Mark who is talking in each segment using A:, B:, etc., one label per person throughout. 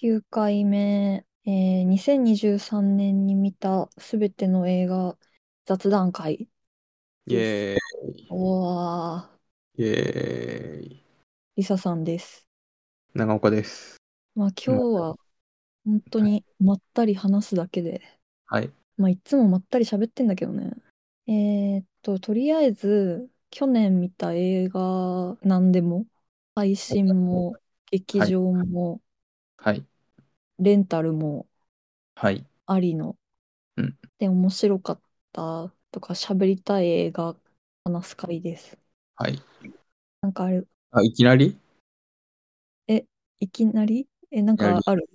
A: 9回目、えー、2023年に見たすべての映画雑談会
B: イ
A: です。
B: エー
A: おー、
B: イ、イエーイ。
A: リサさんです。
B: 長岡です。
A: まあ今日は本当にまったり話すだけで、
B: はい。
A: まあいつもまったり喋ってんだけどね。えーっと、とりあえず去年見た映画なんでも、配信も、劇場も、
B: はい。
A: レンタルも、
B: はい。
A: ありの。
B: うん
A: で、面白かったとか、喋りたい映画、話す会です。
B: はい。
A: なんかある、
B: あ、いきなり
A: いきなりえ、なん
B: や
A: か
B: り
A: ある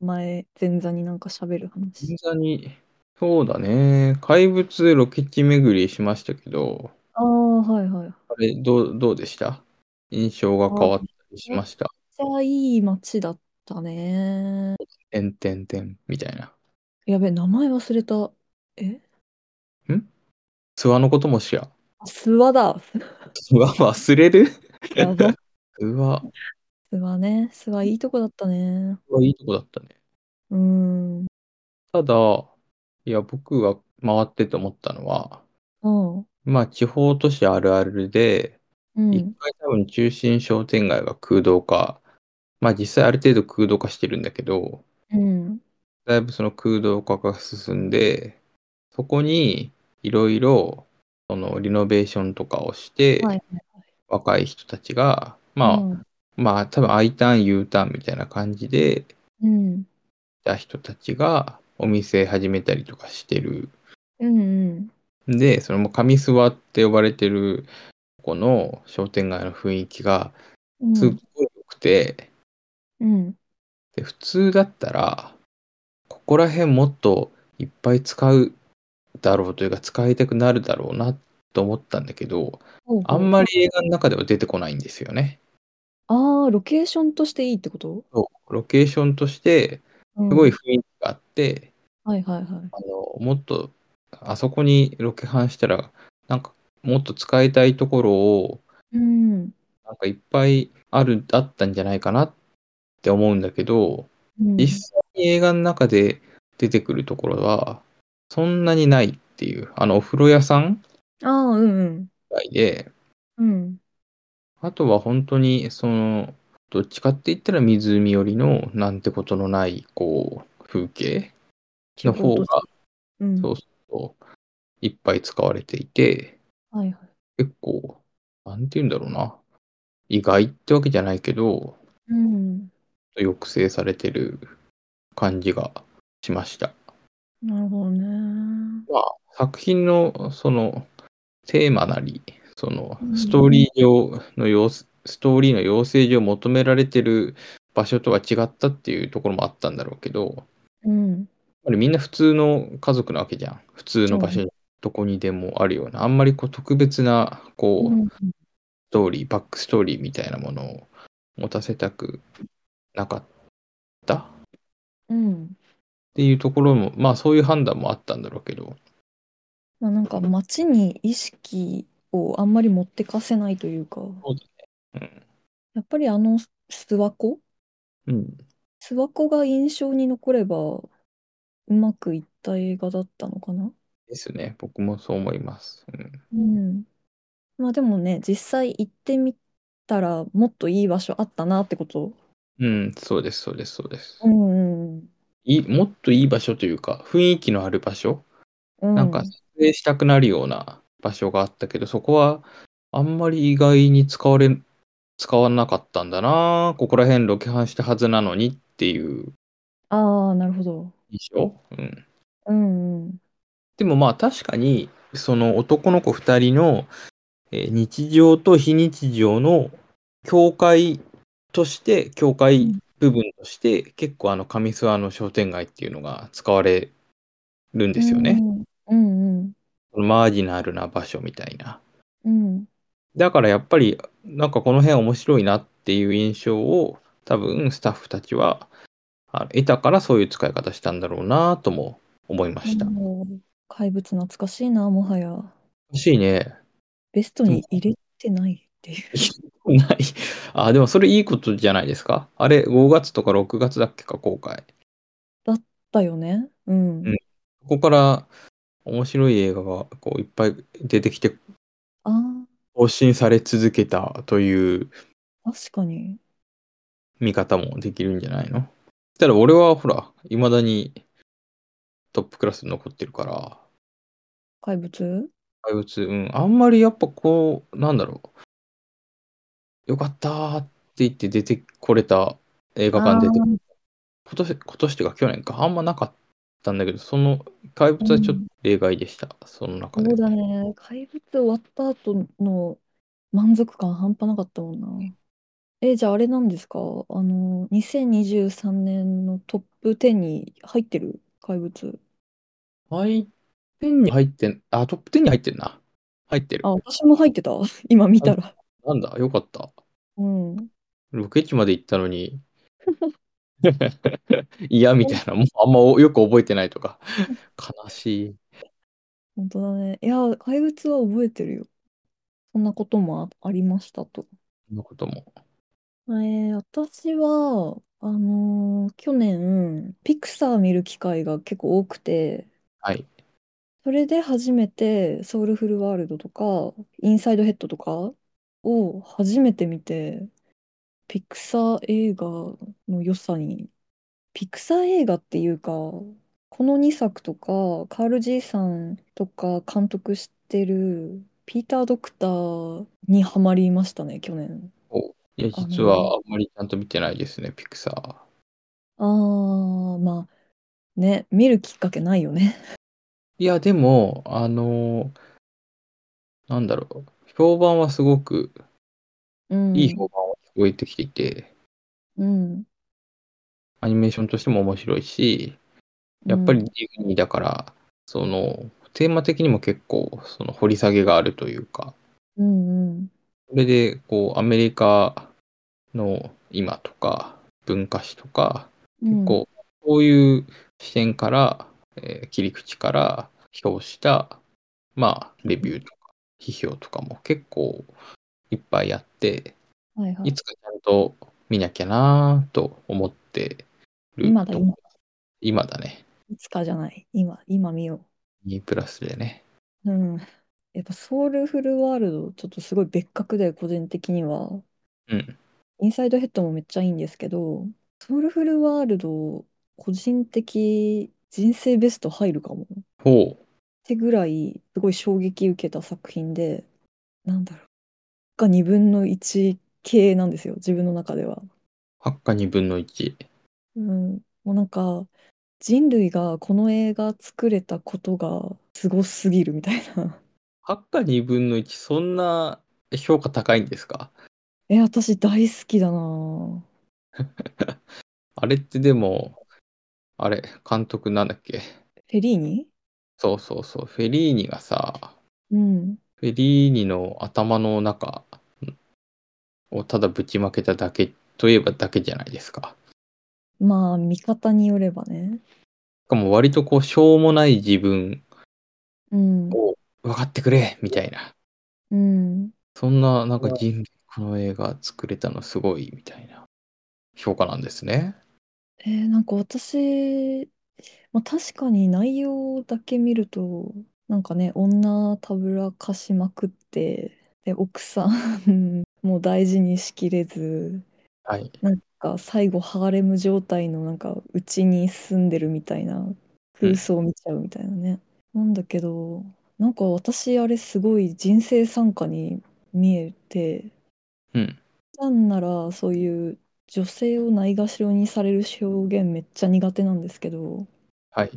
A: 前、前座になんか喋る話。
B: 銀座に、そうだね。怪物ロケ地巡りしましたけど、
A: ああ、はいはい。めっ
B: あれ、どう、どうでした印象が変わったりしました。
A: ちゃいい街だったね。
B: てんてんてん、みたいな。
A: やべ、名前忘れた。え
B: 諏訪のこともしや。
A: あ諏訪 だ。
B: 諏訪忘れる
A: やば。
B: 諏訪
A: 諏訪ね。諏訪いいとこだったね。
B: はいいとこだったね。
A: うーん。
B: ただ、いや、僕が回ってて思ったのは、
A: うん。
B: まあ、地方都市あるあるで、
A: う
B: 一
A: ん。
B: 回多分中心商店街が空洞化、まあ実際ある程度空洞化してるんだけど、
A: うん。
B: だいぶその空洞化が進んで、そこにいろいろそのリノベーションとかをし
A: はい
B: て、。若い人たちが、ま
A: うん。
B: あ、まあ多分 I ターン、U ターンみたいな感じで、
A: うん。
B: た人たちがお店始めたりとかしてる。
A: うんうん。
B: で、その上諏訪って呼ばれてる、この商店街の雰囲気が
A: うん。
B: すっごい良くて、
A: うん。
B: で、普通だったら、ここら辺もっといっぱい使うだろうというか、使いたくなるだろうなと思ったんだけど、
A: ほうほ
B: あ
A: うん
B: まり映画の中では出てこないんですよね。
A: ああ、ロケーションとしていいってこと
B: そうロケーションとして、
A: うん
B: すごい雰囲気があって、
A: はいはいはい。
B: あの、もっと、あそこにロケハンしたら、なんか、もっと使いたいところを、
A: うん。
B: なんかいっぱいある、あったんじゃないかなって思うんだけど、
A: うん
B: 実際に映画の中で出てくるところはそんなにないっていうあのお風呂屋さん
A: ああ、うん
B: ぐらいで
A: うん。うん。
B: あとは本当にそのどっちかって言ったら湖寄りのなんてことのないこう風景の方が
A: うん。
B: そうそういっぱい使われていて
A: はいはい。
B: 結構なんて言うんだろうな意外ってわけじゃないけど
A: うん。
B: 抑制されてる感じがしました。
A: なるほどね。
B: まあ、作品のそのテーマなり、その
A: うん
B: ストーリー上の要す、ストーリーの要請上求められてる場所とは違ったっていうところもあったんだろうけど、やっ
A: うん。
B: ぱりみんな普通の家族なわけじゃん。普通の場
A: そう
B: 所、どこにでもあるような、あんまりこう特別なこ
A: う
B: う、
A: ん
B: ストーリー、バックストーリーみたいなものを持たせたくなかったっ
A: うん。
B: ていうところも、まあそういう判断もあったんだろうけど、
A: まあなんか街に意識をあんまり持ってかせないというか、やっぱりあの諏訪湖
B: うん、
A: 諏訪湖が印象に残れば、うまくいった映画だったのかな
B: ですね。僕もそう思います。うん
A: うん。まあでもね、実際行ってみたら、もっといい場所あったなってこと。
B: うん、そうです、そうです、そうです。
A: うんうん。
B: いいもっといい場所というか、雰囲気のある場所、
A: うん、
B: なんか撮影したくなるような場所があったけど、そこはあんまり意外に使われ、使わなかったんだな、ここら辺ロケハンしたはずなのにっていう
A: ああ、なるほど。
B: 印象。うん、
A: うんうん。
B: でもまあ確かに、その男の子2人の、えー日常と非日常の境界として、境界部分として結構あの上諏訪の商店街っていうのが使われるんですよね。
A: うんうん。
B: マージナルな場所みたいな。
A: うん
B: だからやっぱりなんかこの辺面白いなっていう印象を多分スタッフたちはあの得たからそういう使い方したんだろうなとも思いました。お
A: うん。怪物懐かしいな、もはや。
B: かしいね。
A: ベストに入れてない。っていう。
B: ない。 あ、でもそれいいことじゃないですか。あれ、5月とか6月だっけか、公開。
A: だよね。うん。
B: うんここから面白い映画がこういっぱい出てきて、
A: あ
B: 更新され続けたという
A: あ、確かに。
B: 見方もできるんじゃないのただ俺はほら、いまだにトップクラスに残ってるから、
A: 怪物
B: 怪物、うん、あんまりやっぱこう、なんだろう。よかったーって言って出てこれた映画館出て、
A: あー
B: 今年、今年っていうか去年か、あんまなかったんだけど、その怪物はちょっと例外でした、その中
A: そ
B: で。
A: うだね。怪物終わった後の満足感半端なかったもんな。え、じゃああれなんですかあの、2023年のトップ10に入ってる怪物。
B: 入ってんに入ってん、あ、トップ10に入ってんな。入ってる
A: あ、。私も入ってた。 今見たら。
B: なんだ、よかった。
A: うん。
B: ロケ地まで行ったのに。 嫌みたいな、もうあんまおよく覚えてないとか。悲しい。
A: 本当だね。いや、怪物は覚えてるよ。そんなこともあありましたと。
B: そんなことも。
A: えー私は、あのー去年、ピクサー見る機会が結構多くて、
B: はい。
A: それで初めて、ソウルフルワールドとか、インサイドヘッドとかを初めて見て、ピクサー映画の良さに、ピクサー映画っていうか、この2作とか、カール・ジーさんとか監督してる、ピーター・ドクターにハマりましたね、去年。
B: いや、
A: あの
B: 実はあんまりちゃんと見てないですね、ピクサー。
A: あー、まあ、ね、見るきっかけないよね。
B: いや、でも、あのなんだろう。評判はすごく、
A: うん。
B: いい評判は聞こえてきていて、
A: うん。
B: アニメーションとしても面白いし、やっぱりディズニーだから、その、テーマ的にも結構、その、掘り下げがあるというか、
A: うん、うんうん。
B: それで、こう、アメリカの今とか、文化史とか、
A: うん
B: こう、こういう視点から、えー切り口から、評した、まあ、レビューとか、批評とかも結構いっぱいあって、
A: はいはい
B: いつかちゃんと見なきゃなぁと思ってる
A: 今だ
B: と
A: 今
B: 今だね。
A: いつかじゃない。今、今見よ
B: 2プラスでね。
A: う。うん。やっぱソウルフルワールド、ちょっとすごい別格で、個人的には。
B: うん。
A: インサイドヘッドもめっちゃいいんですけど、ソウルフルワールド、個人的人生ベスト入るかも。っ
B: ほう。
A: てぐらい、すごい衝撃受けた作品で、なんだろう。が2分の1系なんですよ、自分の中では。
B: 8か2分の1。
A: うん、もうなんか人類がこの映画作れたことがすごすぎるみたいな。
B: 8か2分の1、そんな評価高いんですか
A: え、私大好きだな
B: あれってでも、あれ、監督なんだっけ
A: フェリーニ
B: そうそうそう、フェリーニがさ、
A: うん。
B: フェリーニの頭の中をただぶちまけただけといえばだけじゃないですか。
A: まあ、見方によればね。
B: しかも割とこう、しょうもない自分
A: うん。
B: を分かってくれみたいな。
A: うん。
B: そんな、なんか人類、この映画作れたのすごいみたいな評価なんですね。
A: えーなんか私、まあ、確かに内容だけ見ると、なんかね、女たぶらかしまくって、で、奥さん も大事にしきれず、
B: はい。
A: なんか最後ハーレム状態のなんかうちに住んでるみたいな空想を見ちゃうみたいなね、なんだけどなんか私あれすごい人生参加に見えて
B: うん。
A: 単ならそういう女性をないがしろにされる表現めっちゃ苦手なんですけど
B: はい。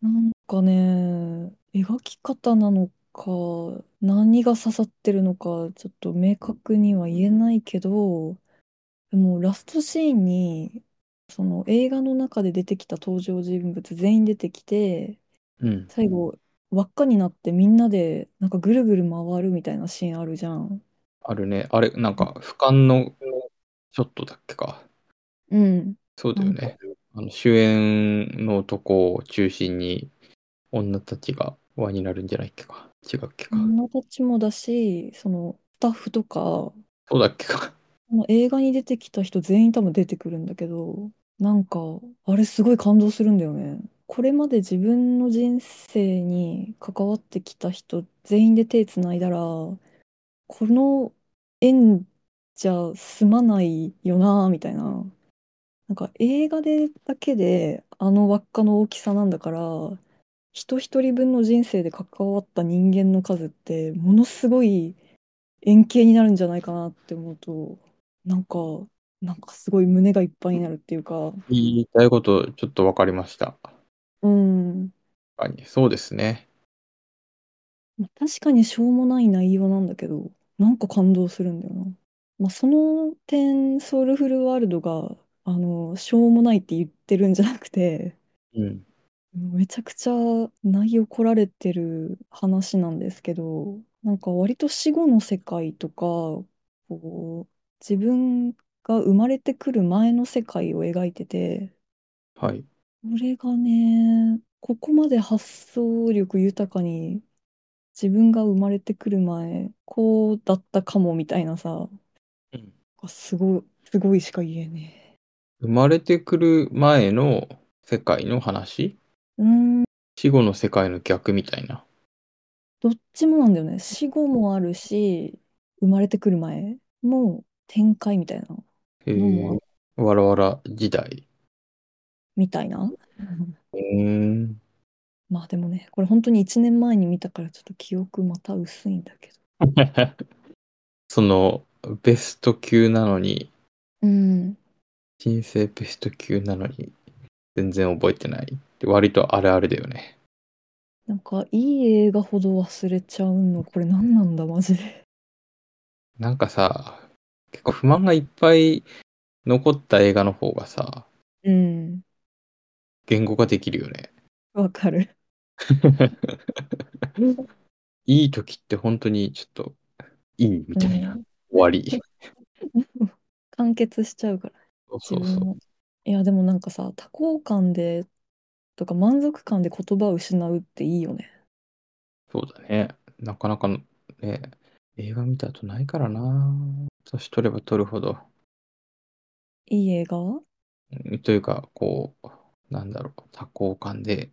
A: なんかね描き方なのか何が刺さってるのかちょっと明確には言えないけどでもラストシーンにその映画の中で出てきた登場人物全員出てきて
B: うん。
A: 最後輪っかになってみんなでなんかぐるぐる回るみたいなシーンあるじゃん。
B: あるね。あれ、なんか、俯瞰のショットだっけか。
A: うん。
B: そうだよね。あの主演の男を中心に女たちが輪になるんじゃないっけか。違うっけか。
A: 女たちもだしそのタッフとか、
B: そうだっけか。
A: この映画に出てきた人全員多分出てくるんだけど、なんか、あれすごい感動するんだよね。これまで自分の人生に関わってきた人全員で手つないだら、この縁じゃ済まないよな、みたいな。なんか映画でだけであの輪っかの大きさなんだから、人一人分の人生で関わった人間の数ってものすごい円形になるんじゃないかなって思うとなんかなんかすごい胸がいっぱいになるっていうか
B: 言いたいこと、ちょっとわかりました。
A: うん、
B: 確かにそうですね。
A: まあ確かにしょうもない内容なんだけどなんか感動するんだよな、まあ、その点ソウルフルワールドがあのしょうもないって言ってるんじゃなくて
B: うん。
A: めちゃくちゃ内容凝られてる話なんですけど、なんか割と死後の世界とか、こう、自分が生まれてくる前の世界を描いてて、
B: はい。
A: これがね、ここまで発想力豊かに自分が生まれてくる前、こうだったかもみたいなさ、
B: うん
A: すごい、すごいしか言えね
B: 生まれてくる前の世界の話
A: え。うーん
B: 死後の世界の逆みたいな。
A: どっちもなんだよね。死後もあるし、生まれてくる前も展開みたいな、
B: へえ
A: うん
B: わらわら時代。
A: みたいな。
B: うーん。
A: まあでもね、これ本当に1年前に見たからちょっと記憶また薄いんだけど。
B: その、ベスト級なのに、
A: うん。
B: 人生ベスト級なのに、全然覚えてない。割とあれあれだよね。
A: なんかいい映画ほど忘れちゃうの、これ何なんだ、マジで。
B: なんかさ、結構不満がいっぱい残った映画の方がさ、
A: うん。
B: 言語化できるよね。
A: わかる。
B: いい時って本当にちょっと、いいみたいな。
A: うん
B: 終わり。
A: 完結しちゃうから、
B: そう
A: 自分
B: そうそう。
A: も。いや、でもなんかさ、多幸感でとか満足感で言葉を失うっていいよね。
B: そうだね。なかなかね、映画見た後ないからな。年取れば取るほど。
A: いい映画
B: うんというか、こう、なんだろう、多幸感でっ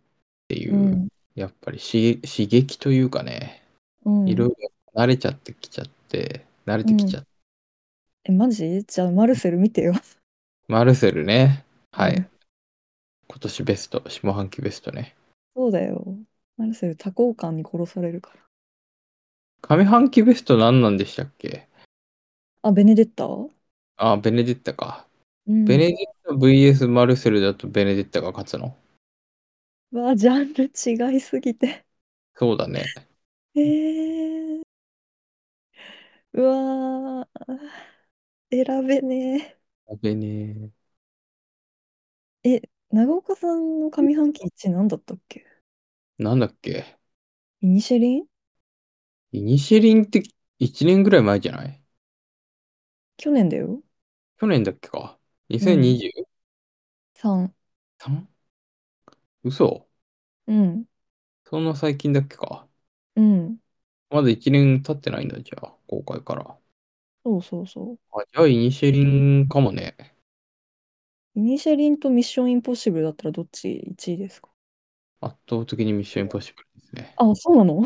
B: ていう、
A: うん。
B: やっぱり刺激刺激というかね、
A: うん。
B: いろいろ慣れちゃってきちゃって、慣れてきちゃって。
A: え、マジじゃあ、マルセル見てよ。
B: マルセルね。はい。
A: うん
B: 今年ベスト、下半期ベストね。
A: そうだよ。マルセル、多幸感に殺されるから。
B: 上半期ベスト何なんでしたっけ
A: あ、ベネデッタう
B: あ、ベネディッタか。
A: ん。
B: ベネディッタ VS マルセルだとベネディッタが勝つの
A: わあ、ジャンル違いすぎて。
B: そうだね。
A: えー。うわー。選べね
B: やべね
A: え。え、長岡さんの上半期1位何だったっけ
B: なんだっけ
A: イニシェリン
B: イニシリンって1年ぐらい前じゃない
A: 去年だよ。
B: 去年だっけか ?2023?、
A: 3。
B: 嘘
A: うん。
B: そんな最近だっけか
A: うん。
B: まだ1年経ってないんだ、じゃあ、公開から。
A: そうそうそう。
B: あ、じゃあ、イニシリンかもね。
A: イニシェリンとミッションインポッシブルだったらどっち1位ですか
B: 圧倒的にミッションインポッシブルですね。
A: あ、そうなの
B: う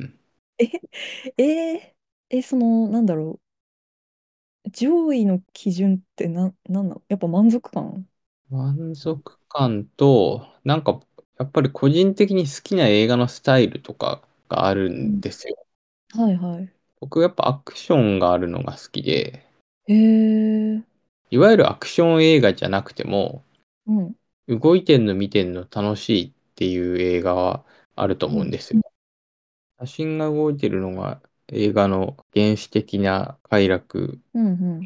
B: ん。
A: え ー、え、その、なんだろう。上位の基準ってな、なんなのやっぱ満足感
B: 満足感と、なんか、やっぱり個人的に好きな映画のスタイルとかがあるんですよ。
A: はいはい。
B: 僕やっぱアクションがあるのが好きで、
A: へえ、
B: いわゆるアクション映画じゃなくても、
A: うん。
B: 動いてんの見てんの楽しいっていう映画はあると思うんですよ。写真が動いてるのが映画の原始的な快楽
A: うんうん。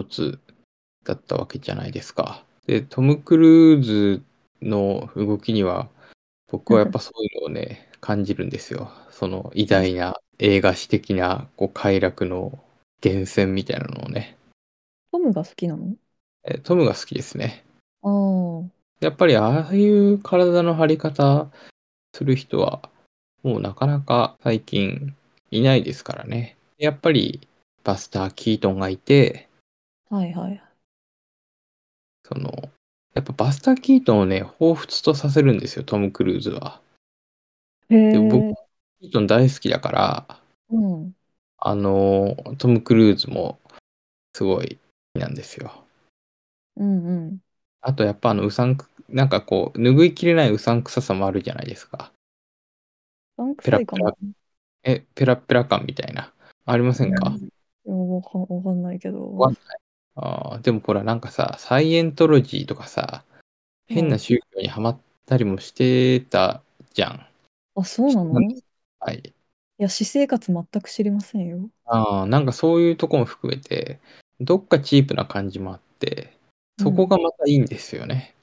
B: 一つだったわけじゃないですか。で、トム・クルーズの動きには、僕はやっぱそういうのをね、感じるんですよ。その偉大な映画史的なこう快楽の源泉みたいなのをね。
A: トムが好きなの
B: えトムが好きですね。
A: あ
B: やっぱりああいう体の張り方する人は、もうなかなか最近いないですからね。やっぱりバスター・キートンがいて、
A: はいはい。
B: その、やっぱバスター・キートンをね、彷彿とさせるんですよ、トム・クルーズは。
A: へえ。
B: で僕、キートン大好きだから、
A: うん。
B: あの、トム・クルーズもすごい好きなんですよ。
A: うんうん。
B: あとやっぱあのうさんく、なんかこう、拭いきれないうさんくささもあるじゃないですか。
A: ランクサイかな。
B: え、ペラペラ感みたいな。ありませんか、
A: いやわかんわかんないけど。
B: わかんない。あーでもほら、なんかさ、サイエントロジーとかさ、変な宗教にはまったりもしてたじゃん。
A: あ、そうなのい
B: はい。
A: や、私生活全く知りませんよ。
B: ああ、なんかそういうとこも含めて、どっかチープな感じもあって、そこがまたいいんですよね。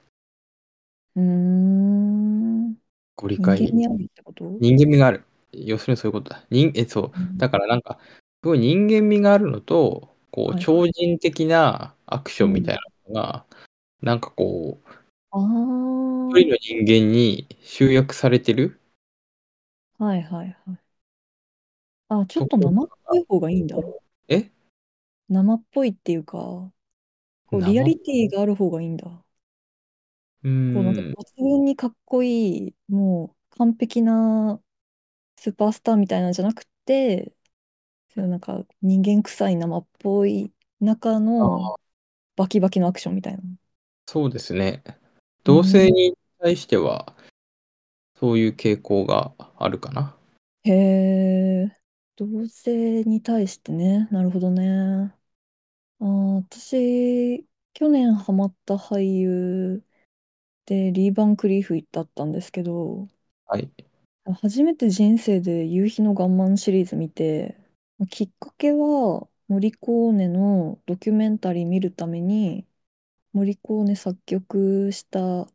A: うん。うーん。
B: ご理
A: 人
B: 解。
A: 間にあるってこと
B: 人間味がある。要するにそういうことだ。人え、そう。だからなんか、すごい人間味があるのと、こ
A: は
B: う、
A: い
B: 超人的なアクションみたいなのが、なんかこう、
A: ああ
B: 一人
A: ー。
B: の人間に集約されてる
A: はいはいはい。あ、ちょっと生っぽい方がいいんだ。
B: え
A: 生っぽいっていうか、こうリアリティがある方がいいんだ。こ
B: う
A: うなんか
B: ん。
A: 抜群にかっこいい、もう完璧なスーパースターみたいなんじゃなくて、そういうなんか人間臭い生っぽい中のバキバキのアクションみたいな。
B: そうですね。同性に対しては、そういう傾向があるかな。
A: へえ、同性に対してね、なるほどね。あー、私、去年ハマった俳優で、リー・バンクリーフだったんですけど、
B: はい。
A: 初めて人生で夕日のガンマンシリーズ見て、きっかけは、モリコーネのドキュメンタリー見るために、モリコーネ作曲した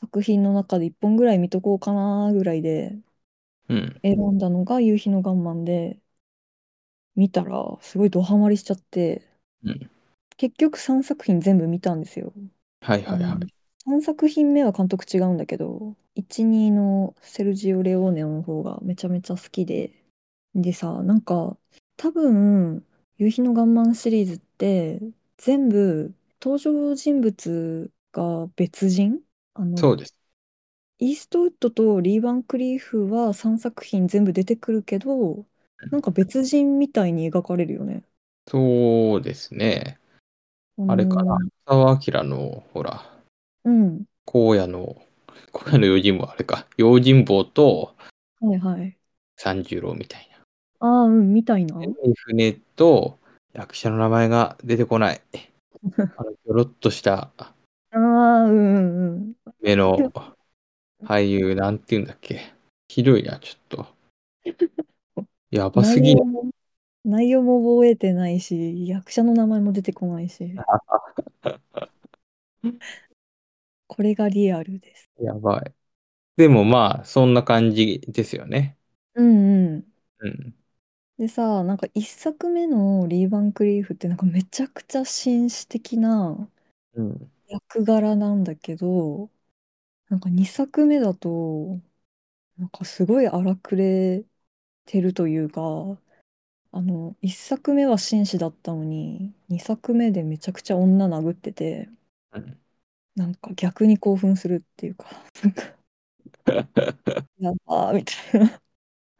A: 作品の中で1本ぐらい見とこうかなぐらいで、
B: うん。
A: 選んだのが夕日のガンマンで見たらすごいドハマりしちゃって
B: うん
A: 結局3作品全部見たんですよ。
B: はいはいはい。
A: 3作品目は監督違うんだけど12のセルジオ・レオーネの方がめちゃめちゃ好きででさなんか多分「夕日のガンマン」シリーズって全部登場人物が別人あの
B: そうです。
A: イーストウッドとリー・バンクリーフは3作品全部出てくるけど、なんか別人みたいに描かれるよね。
B: そうですね。あれかな。沢明の、ほら、
A: うん。
B: 荒野の、荒野の用心棒、あれか。用心棒と
A: はいはい。
B: 三十郎みたい
A: ああ、うん、みたいな。
B: な。船と役者の名前が出てこ ない。あの、ひょろっとした
A: ああ、うんうん
B: 目の俳優、なんて言うんだっけ。ひどいな、ちょっと。 や
A: うん。
B: ばすぎる。
A: 内容も、内容も覚えてないし、役者の名前も出てこないし。これがリアルです。
B: やばい。でもまあ、そんな感じですよね。
A: うんうん。
B: うん。
A: でさ、なんか1作目のリー・バンクリーフってなんかめちゃくちゃ紳士的な
B: うん。
A: 役柄なんだけど、なんか2作目だと、なんかすごい荒くれてるというか、あの、1作目は紳士だったのに、2作目でめちゃくちゃ女殴ってて、
B: うん
A: なんか逆に興奮するって いうか、なんか、やばーみたいな。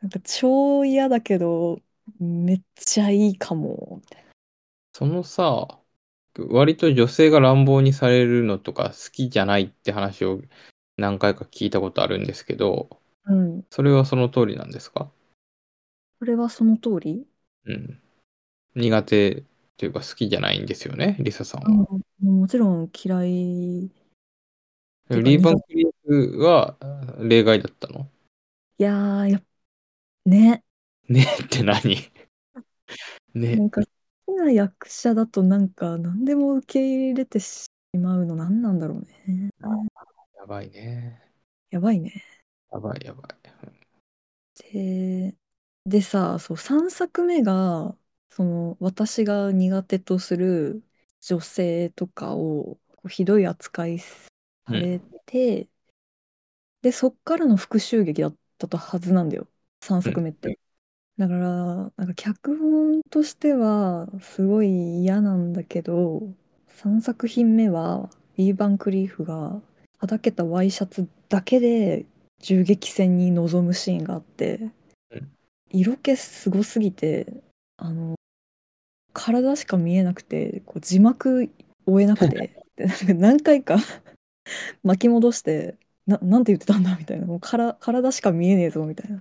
A: なんか超嫌だけど、めっちゃいいかも、みたい
B: そのさ、割と女性が乱暴にされるのとか好きじゃないって話を何回か聞いたことあるんですけど、
A: な。うん。
B: それはその通りなんですか
A: これはその通り
B: うん。苦手というか好きじゃないんですよね、リサさん
A: うん
B: は。
A: もちろん嫌いうん
B: リーバンクリーフは例外だったの
A: いやー、やっね、
B: ねって何
A: な
B: ね。
A: んか好きな役者だとなんか何でも受け入れてしまうの何なんだろうね。
B: やばいね。
A: やばいね。
B: やばいやばい。
A: で、でさ、そう3作目がその私が苦手とする女性とかをこうひどい扱いされて、でそっからの復讐劇だったはずなんだよ3作目って。だから、なんか脚本としてはすごい嫌なんだけど、3作品目はリー・バンクリーフがはだけたワイシャツだけで銃撃戦に臨むシーンがあって、
B: うん
A: 色気すごすぎて、あの、体しか見えなくて、こう字幕追えなくて、でなんか何回か 巻き戻して、な、なんて言ってたんだみたいな、もうから体しか見えねえぞみたいな。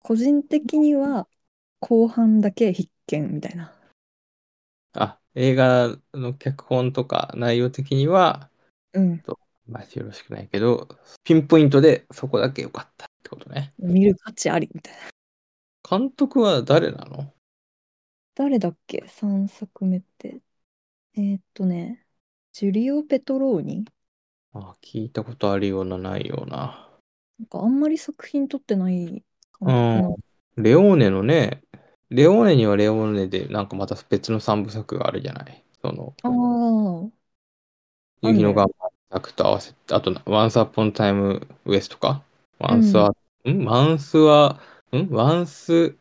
A: 個人的には後半だけ必見みたいな。
B: あ、映画の脚本とか内容的には、
A: うん。
B: まあ、よろしくないけど、ピンポイントでそこだけ良かったってことね。
A: 見る価値ありみたいな。
B: 監督は誰なの
A: 誰だっけ ?3 作目って。えーっとね、ジュリオ・ペトローニ
B: あ、聞いたことあるようなないような。
A: なんかあんまり作品撮ってない監
B: う
A: 督なの。
B: ん。レオーネのね、レオーネにはレオーネで、なんかまた別の三部作があるじゃない。その、
A: ああ、ある
B: 夕日の
A: ね。
B: 願望作と合わせて、あとな、Once Upon a Time West か。
A: う
B: Once
A: ん。
B: は、ん ?Once は、ん ?Once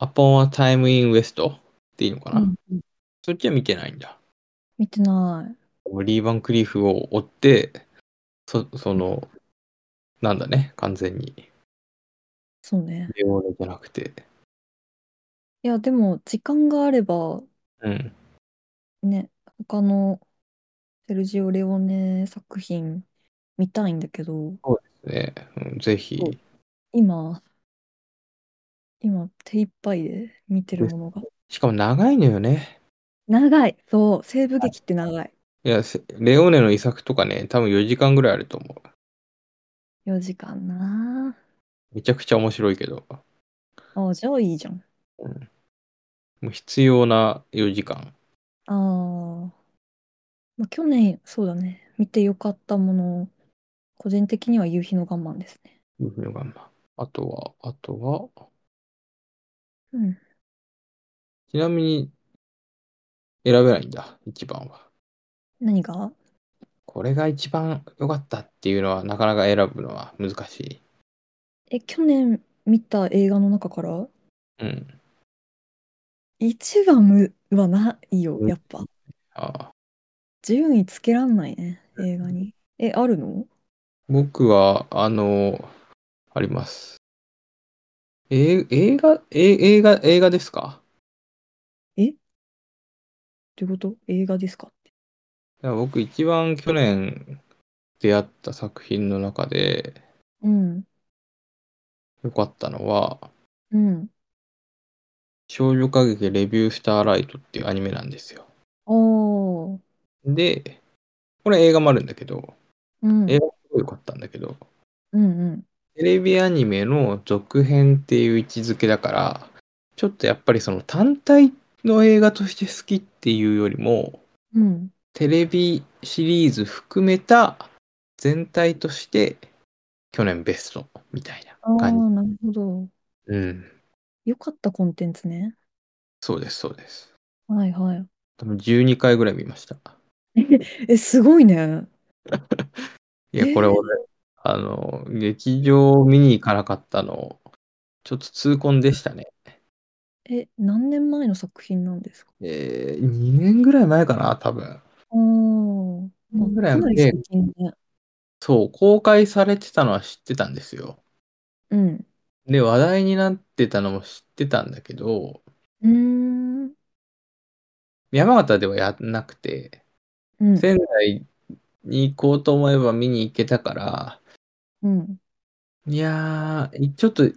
B: Upon a Time in West っていいのか
A: う。
B: なん
A: うん
B: そっちは見てないんだ。
A: 見てない。
B: リー・バンクリーフを追って、そ、その、なんだね、完全に。
A: そうね。
B: レオーネじゃなくて。
A: いや、でも、時間があれば、
B: うん。
A: ね、他のセルジオ・レオネ作品見たいんだけど、
B: そうですね。うんぜ
A: そう
B: ひ。
A: 今、今、手一杯で見てるものが。
B: しかも長いのよね。
A: 長い。そう、西部劇って長い。
B: いや、せレオーネの遺作とかね、多分4時間ぐらいあると思う。
A: 4時間な
B: めちゃくちゃ面白いけど。
A: あ。あ、じゃあいいじゃん。
B: うんもう必要な4時間。
A: ああ、まあ、去年、そうだね。見てよかったもの、個人的には夕日の我慢ですね。
B: いうのがまああとは、あとは、
A: うん。
B: ちなみに選べないんだ、一番は。
A: 何が
B: これが一番良かったっていうのは、なかなか選ぶのは難しい。
A: え、去年見た映画の中から
B: うん。
A: 一番むはないよ、
B: うん
A: やっぱ。
B: ああ
A: 順位つけらんないね、映画に。え、あるの
B: 僕は、あの、あります。えー、映画、えー、映画、映画ですか
A: えどういうこと映画ですかって
B: いや僕一番去年出会った作品の中で
A: うん、
B: 良かったのは、
A: うん。
B: 少女歌劇レビュースターライトっていうアニメなんですよ。
A: おー、
B: で、これ映画もあるんだけど、
A: う
B: 映
A: ん、
B: 画もすごい良かったんだけど、
A: うん、うん。
B: テレビアニメの続編っていう位置づけだから、ちょっとやっぱりその単体の映画として好きっていうよりも、
A: うん。
B: テレビシリーズ含めた全体として去年ベストみたいな
A: ああ、
B: 感じ。
A: なるほど。
B: うん。
A: よかったコンテンツね。
B: そうです、そうです。
A: はいはい。
B: 多分12回ぐらい見ました。
A: え、すごいね。
B: いや、これ
A: え
B: 俺、あの、劇場見に行かなかったの、ちょっと痛恨でしたね。
A: ー、え、何年前の作品なんですか
B: えー、2年ぐらい前かな、多分。
A: あー
B: 2
A: あ、
B: 年ぐら
A: か
B: い
A: なり
B: 前
A: 最近ね。
B: そう、公開されてたのは知ってたんですよ。
A: うん。
B: で、話題になってたのも知ってたんだけど、
A: うーん。
B: 山形ではやんなくて、
A: うん。
B: 仙台に行こうと思えば見に行けたから、
A: うん。
B: いやー、ちょっと、た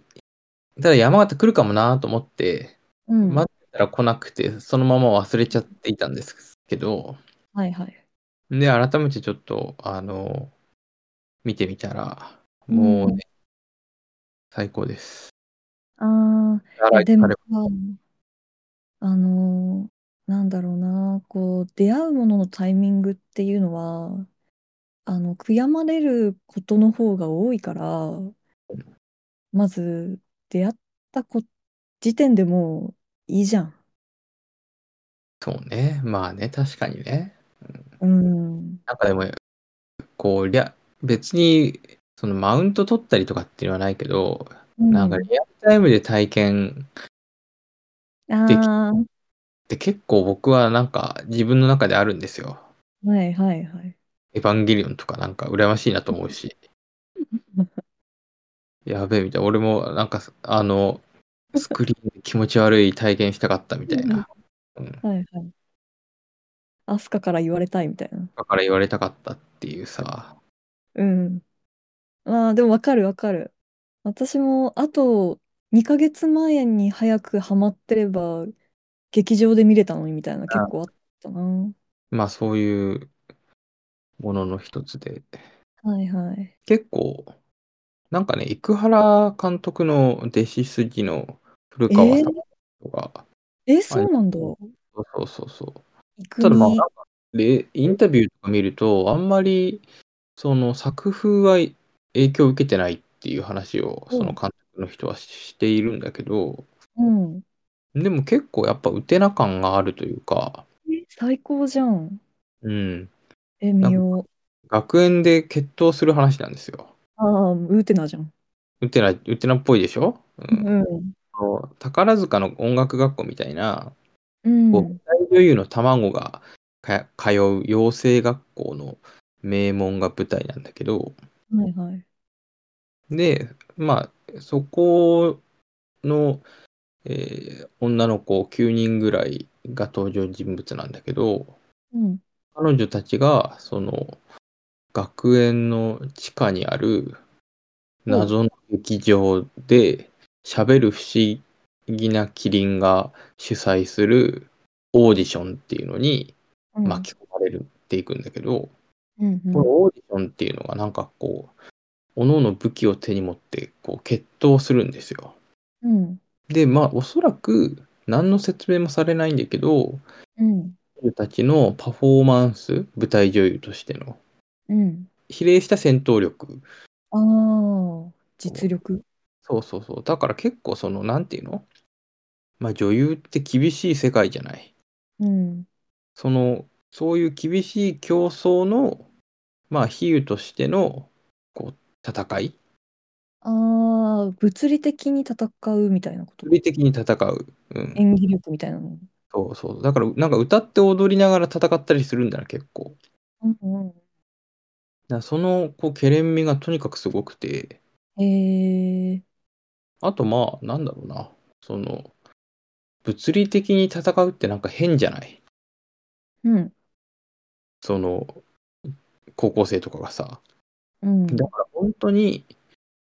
B: だ山形来るかもなと思って、
A: うん。
B: 待ってたら来なくて、そのまま忘れちゃっていたんですけど、
A: はいはい。
B: で、改めてちょっと、あの、見てみたら、
A: う。
B: もうんね、最高です。
A: ああ、い
B: 洗
A: や
B: い
A: で
B: さ
A: も
B: れ
A: さ、あのーなんだろうな、こう、出会うもののタイミングっていうのは、あの、悔やまれることの方が多いから、まず出会ったこ時点でもういいじゃん。
B: そうね。まあね、確かにね。
A: うん。
B: なんかでも、こう、りゃ、別に、そのマウント取ったりとかっていうのはないけど、
A: うん
B: なんかリアルタイムで体験でき
A: あ
B: って結構僕はなんか自分の中であるんですよ。
A: ーはいはいはい。
B: エヴァンゲリオンとかなんか羨ましいなと思う し。やべえみたいな。俺もなんかあの、スクリーンで気持ち悪い体験したかったみたいな。うん。
A: はいはい。アスカから言われたいみたいな。
B: だから言われたかったっていうさ。
A: うん。まあでもわかるわかる。私もあと2ヶ月前に早くハマってれば劇場で見れたのにみたいな結構あったな。
B: まあそういうものの一つで。
A: はいはい。
B: 結構、なんかね、生原監督の弟子筋の古川さんとか、
A: え、そうなんだ。
B: そうそうそう。
A: 育
B: ただまあ、
A: 美
B: なんかで、インタビューとか見ると、あんまり、その作風は影響を受けてないっていう話を、
A: うん
B: その監督の人はしているんだけど、
A: うん。
B: でも結構やっぱウテナ感があるというか、
A: え最高じゃん。
B: うん、
A: え、見よう。
B: 学園で決闘する話なんですよ。
A: ああ、ウーテナじゃん。
B: ウテナ、ウテナっぽいでしょ、うん
A: うん。
B: あの宝塚の音楽学校みたいな、
A: うん。
B: こう舞台女優の卵がか通う養成学校の名門が舞台なんだけど、
A: はいはい。
B: で、まあ、そこの、えー女の子9人ぐらいが登場人物なんだけど、
A: うん。
B: 彼女たちが、その、学園の地下にある謎の劇場で、喋る不思議なキリンが主催するオーディションっていうのに
A: うん
B: 巻き込まれるっていくんだけど、
A: うんうん
B: このオーディションっていうのがなんかこう、各々武器を手に持ってこう決闘するんですよ。
A: うん。
B: で、まあおそらく何の説明もされないんだけど、
A: うん。
B: 彼女たちのパフォーマンス、舞台女優としての
A: うん。
B: 比例した戦闘力。
A: ああ、実力。
B: そうそうそう。だから結構その、なんていうのまあ女優って厳しい世界じゃない。
A: うん。
B: その、そういう厳しい競争の、まあ比喩としての、こう、戦い。
A: ああ、物理的に戦うみたいなこと
B: 物。理的に戦う。うん。
A: 演技力みたいなの。
B: そうそう。だから、なんか歌って踊りながら戦ったりするんだな、結構。
A: うん
B: だからその、こう、けれんみがとにかくすごくて、
A: うん。えー、
B: あと、まあ、なんだろうな。その、物理的に戦うってなんか変じゃない
A: うん。
B: その、高校生とかがさ。
A: うん。
B: だから、本当に、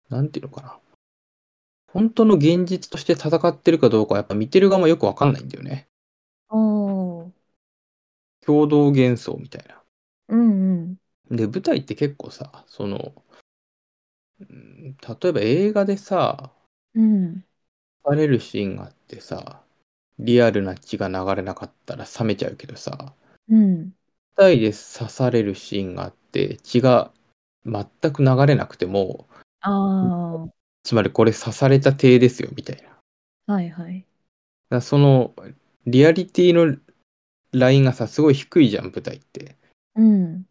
B: なんていうのかな。本当の現実として戦ってるかどうかはやっぱ見てる側もよくわかんないんだよね。
A: ああ、うん
B: 共同幻想みたいな。
A: うん。
B: で、舞台って結構さ、その、うん例えば映画でさ、
A: うん。
B: 流れるシーンがあってさ、リアルな血が流れなかったら冷めちゃうけどさ、
A: うん。
B: 舞台で刺されるシーンがあって、血が全く流れなくても、
A: あ
B: つまりこれ刺された体ですよ、みたいな。だか
A: あ、はいはい。
B: らその、リアリティのラインがさ、すごい低いじゃん、舞台って。
A: うん。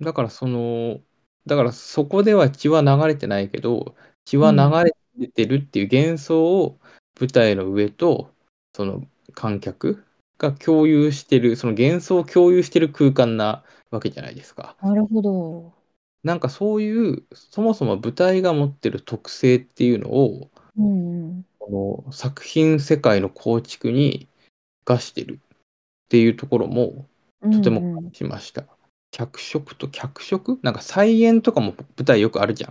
B: だからその、だからそこでは血は流れてないけど、血は流れてるっていう幻想を舞台の上と、その観客が共有してる、その幻想を共有してる空間なわけじゃないですか。
A: なるほど。
B: なんかそういう、そもそも舞台が持ってる特性っていうのを、
A: うんうん。
B: この作品世界の構築に生かしてるっていうところも
A: うんう
B: と
A: ん
B: ても感じました。脚色と脚色なんか再演とかも舞台よくあるじゃ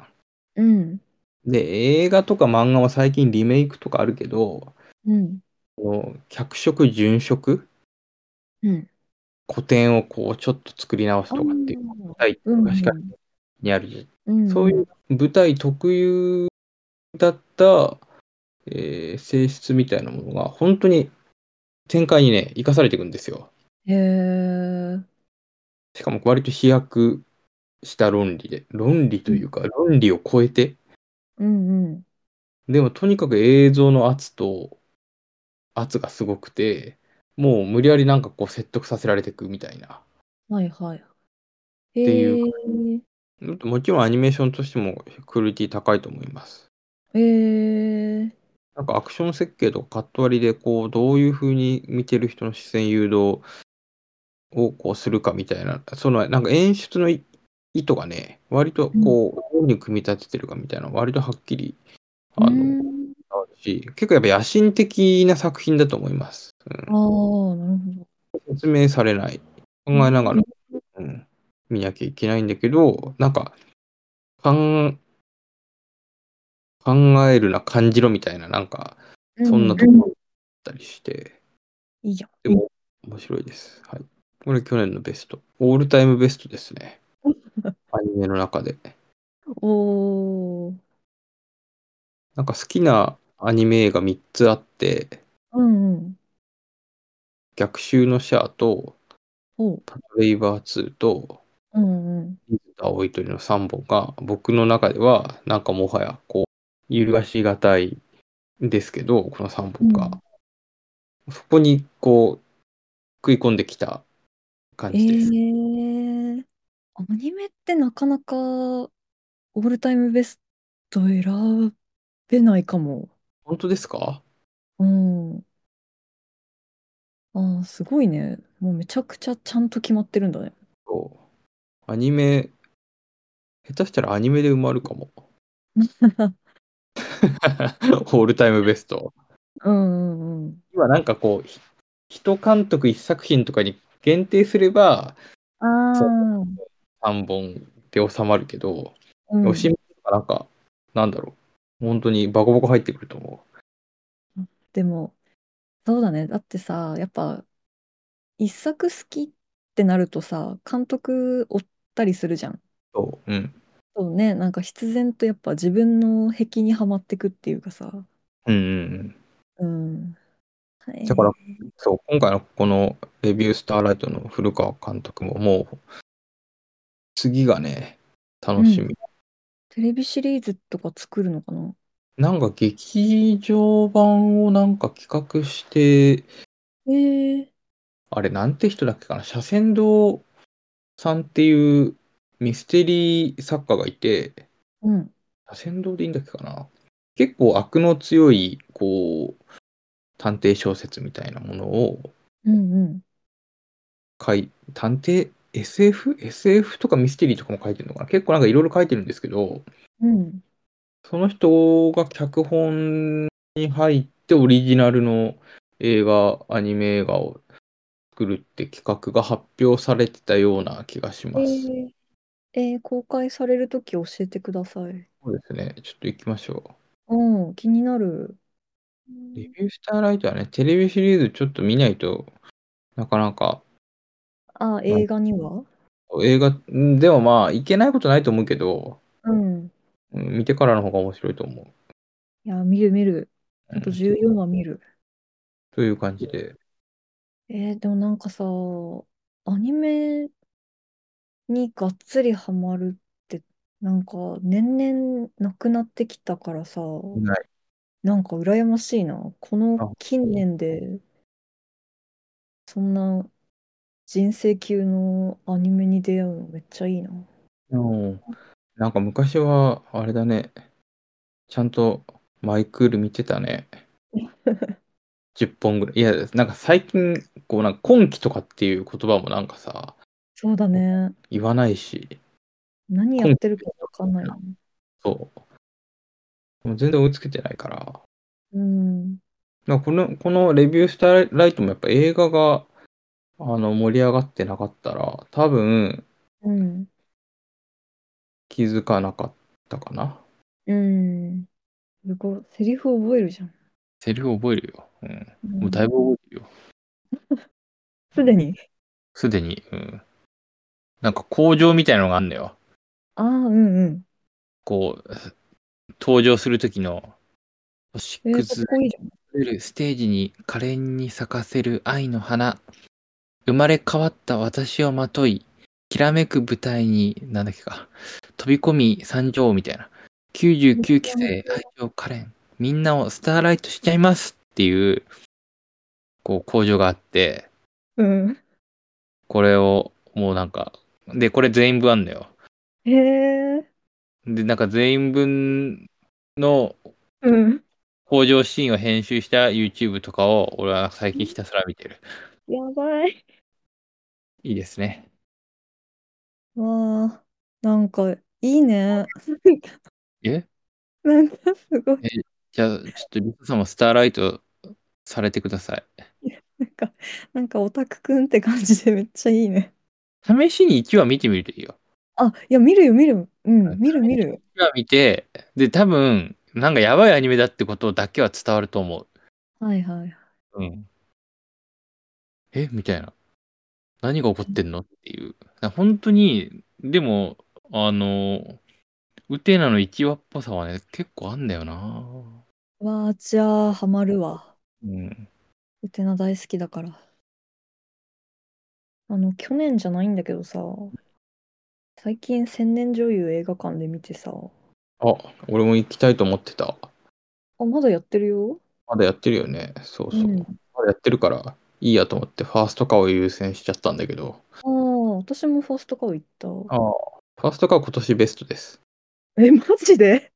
B: ん。
A: うん。
B: で、映画とか漫画は最近リメイクとかあるけど、
A: うん。
B: この脚色、純色、
A: うん。
B: 古典をこうちょっと作り直すとかっていう、舞台とかしかにあるじゃん
A: うん。
B: そういう舞台特有だった、えー性質みたいなものが本当に展開にね、生かされていくんですよ。
A: へえ。
B: しかも割と飛躍した論理で、論理というか論理を超えて、
A: うんうん。
B: でもとにかく映像の圧と圧がすごくて、もう無理やりなんかこう説得させられていくみたいな。
A: はいはい。
B: ていう
A: へえ。
B: もちろんアニメーションとしてもクオリティ高いと思います。
A: えー、
B: なんかアクション設計とかカット割りでこうどういう風に見てる人の視線誘導をこうするかみたいなそのなんか演出のい意図がね割とこうどういう風に組み立ててるかみたいな割とはっきりあ
A: う
B: の
A: ん
B: あるし結構やっぱ野心的な作品だと思います、
A: ああ、なるほど。
B: うん、説明されない考えながら、うん、見なきゃいけないんだけどなんかかん考えるな感じろみたいななんかそんなところだったりして、
A: いいや。
B: でも面白いです。はい。これ去年のベスト。オールタイムベストです ね。アニメの中で。
A: おー。
B: なんか好きなアニメ映画3つあって、
A: うんうん。
B: 逆襲のシャアと、
A: おう。
B: パトレイバー2と、
A: うんうん。
B: 水田青い鳥の3本が、僕の中では、なんかもはや、こう、揺るがしがたいんですけど、この3本が。そこに、こう、食い込んできた感
A: え
B: じです。
A: ー、アニメってなかなかオールタイムベスト選べないかも。
B: 本当ですか
A: うん。ああ、すごいね。もうめちゃくちゃちゃんと決まってるんだね。
B: そう。アニメ、下手したらアニメで埋まるかも。オールタイムベスト。
A: うんうんうん。
B: 今なんかこう、ひ一監督一作品とかに限定すれば
A: あ
B: そ
A: あ、
B: 3本で収まるけど、
A: うん
B: おしまいとかなんか、なんだろう。本当にバコバコ入ってくると思
A: でも、そうだね。だってさ、やっぱ、一作好きってなるとさ、監督追ったりするじゃん。
B: う。そう。うん。
A: そうね、なんか必然とやっぱ自分の癖にはまってくっていうかさ。
B: うんうんうん。
A: うん。はい
B: だからそう、今回のこのレビュースターライトの古川監督ももう、次がね、楽しみ。
A: うんテレビシリーズとか作るのかな
B: なんか劇場版をなんか企画して、
A: えー、
B: あれなんて人だっけかな、車船堂さんっていうミステリー作家がいて、
A: うん。
B: 車船堂でいいんだっけかな。結構悪の強い、こう、探偵小説みたいなものを
A: うんうん。
B: 書い、探偵 SF?SF とかミステリーとかも書いてるのかな。結構なんかいろいろ書いてるんですけど、
A: うん。
B: その人が脚本に入ってオリジナルの映画、アニメ映画を作るって企画が発表されてたような気がし
A: え
B: ます。
A: ー、えー公開されるとき教えてください。
B: そうですね。ちょっと行きましょ
A: うん、気になる。
B: う。レビュースターライトはね、テレビシリーズちょっと見ないとなかなか
A: あ、映画には
B: 映画んでもまあいけないことないと思うけど、
A: うん。
B: うん見てからの方が面白いと思う。
A: いや、見る見る。
B: う
A: あ
B: ん
A: と14は見る。
B: という感じで。
A: えー、でもなんかさ、アニメにがっつりハマるって、なんか年々なくなってきたからさ、
B: ない。
A: なんか羨ましいな。こ
B: あ
A: の近年で、そんな人生級のアニメに出会うのめっちゃいいな。
B: うん。なんか昔は、あれだね。ちゃんとマイクール見てたね。10本ぐらい。いや、なんか最近、こうなんか今期とかっていう言葉もなんかさ、
A: そうだね。
B: 言わないし、
A: 何やってるかわかんないよね。
B: そう。もう全然追いつけてないから。
A: うん。
B: なんかこの、このレビュースターライトもやっぱ映画が、あの、盛り上がってなかったら、多分
A: うん。
B: 気づかなかったかな。
A: うん。すごい。セリフ覚えるじゃん。
B: セリフ覚えるよ。うん。
A: うん
B: もうだいぶ覚えてるよ。
A: すでに。
B: すでに。うん。なんか工場みたいなのがあんのよ。
A: ああ、うんうん。
B: こう、登場する時の、星
A: えー、かっ
B: 屑
A: こいいじゃん。
B: るステージに可憐に咲かせる愛の花生まれ変わった私をまといきらめく舞台になんだっけか飛び込み参上みたいな99期生愛情可憐みんなをスターライトしちゃいますっていうこう工場があって
A: うん。
B: これをもうなんかでこれ全員分あんのよ
A: へえ。
B: でなんか全員分の
A: うん。
B: 工場シーンを編集した YouTube とかを俺は最近ひたすら見てる。
A: やばい。
B: いいですね。
A: わあ、なんか、いいね。
B: え
A: なんかすごい。
B: じゃあ、ちょっとリサさんもスターライトされてください。
A: なんか、なんかオタクくんって感じでめっちゃいいね。
B: 試しに1話見てみるといいよ。
A: あ、いや、見るよ、見るよ。うん、
B: い
A: 見る、見るよ。
B: 1話見て、で、多分、なんかやばいアニメだってことだけは伝わると思
A: はいはい。
B: う。うん。えみたいな。何が起こってんのっていう。本当に、でも、あの、ウテナの1話っぽさはね、結構あんだよな。
A: わあ、じゃあ、ハマるわ。
B: うん。
A: ウテナ大好きだから。あの、去年じゃないんだけどさ、最近、千年女優映画館で見てさ、
B: あ、俺も行きたいと思ってた。
A: あ、まだやってるよ。
B: まだやってるよね。そうそう。
A: うん
B: まだやってるから、いいやと思って、ファーストカーを優先しちゃったんだけど。
A: ああ、私もファーストカウ行った。
B: ああ。ファーストカー今年ベストです。
A: え、マジで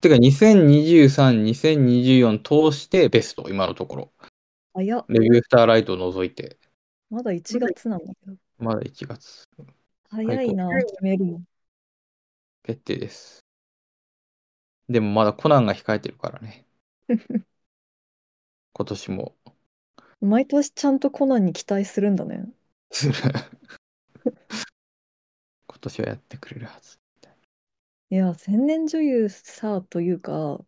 B: てか、2023、2024通してベスト、今のところ。
A: 早っ。
B: レビュースターライトを除いて、
A: まだ1月なんだけど。
B: まだ1月
A: 早いな、決めるの。
B: 決定です。でもまだコナンが控えてるからね。 今年も。
A: 毎年ちゃんとコナンに期待するんだね。
B: する今年はやってくれるはず。
A: いや、千年女優さというか、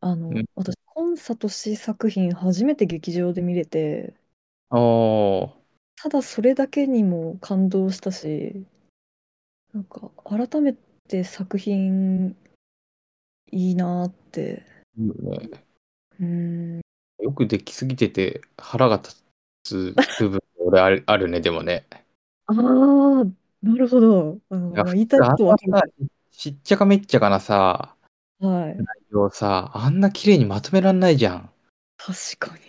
A: あの、
B: うん
A: 私、今聡作品初めて劇場で見れて、
B: ああ。
A: ただそれだけにも感動したし、なんか改めて作品いいなって、
B: いいよね。
A: うん、
B: よくできすぎてて腹が立つ部分俺ある あるねでもね。
A: ああ、なるほど。あの、まあ言いたいことわかる。
B: あんなちっちゃかめっちゃかなさ
A: はい。
B: 内容さあんな綺麗にまとめらんないじゃん。
A: 確かに。
B: い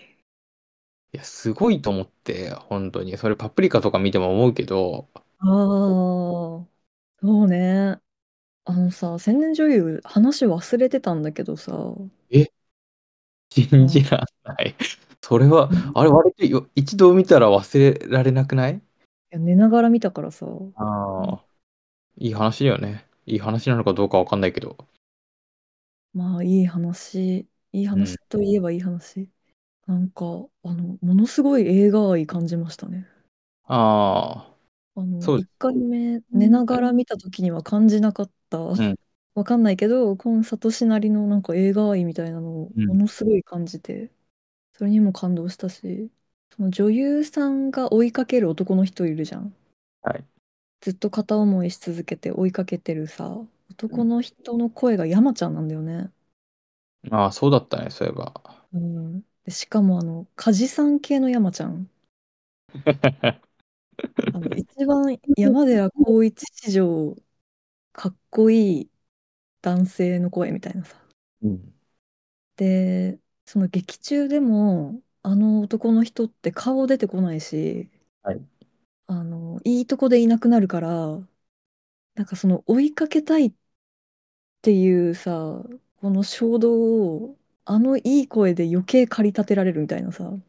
B: やすごいと思って本当にそれパプリカとか見ても思うけど
A: ああ、そうね。あのさ、千年女優、話忘れてたんだけどさ、
B: 信じらんない。それはあれ割とよ一度見たら忘れられなくない
A: いや寝ながら見たからさ、
B: ああいい話だよね。いい話なのかどうかわかんないけど。
A: まあいい話、いい話といえばいい話。なんか、あの、ものすごい映画愛感じましたね。
B: ああ。
A: あの、
B: そう
A: 1回目、寝ながら見た時には感じなかった。
B: ん
A: わかんないけど、今聡なりのなんか映画愛みたいなのを
B: うん
A: ものすごい感じて、それにも感動したし、その女優さんが追いかける男の人いるじゃん。
B: はい
A: ずっと片思いし続けて追いかけてるさ、男の人の声が山ちゃんなんだよね。
B: ああそうだったねそういえば。
A: うん。で、しかもあの、梶さん系の山ちゃん。あの、一番山寺宏一史上かっこいい男性の声みたいなさ。
B: うん
A: で、その劇中でも、あの男の人って顔出てこないし、
B: はい
A: あの、いいとこでいなくなるから、なんかその追いかけたいっていうさ、この衝動を、あのいい声で余計駆り立てられるみたいなさ。い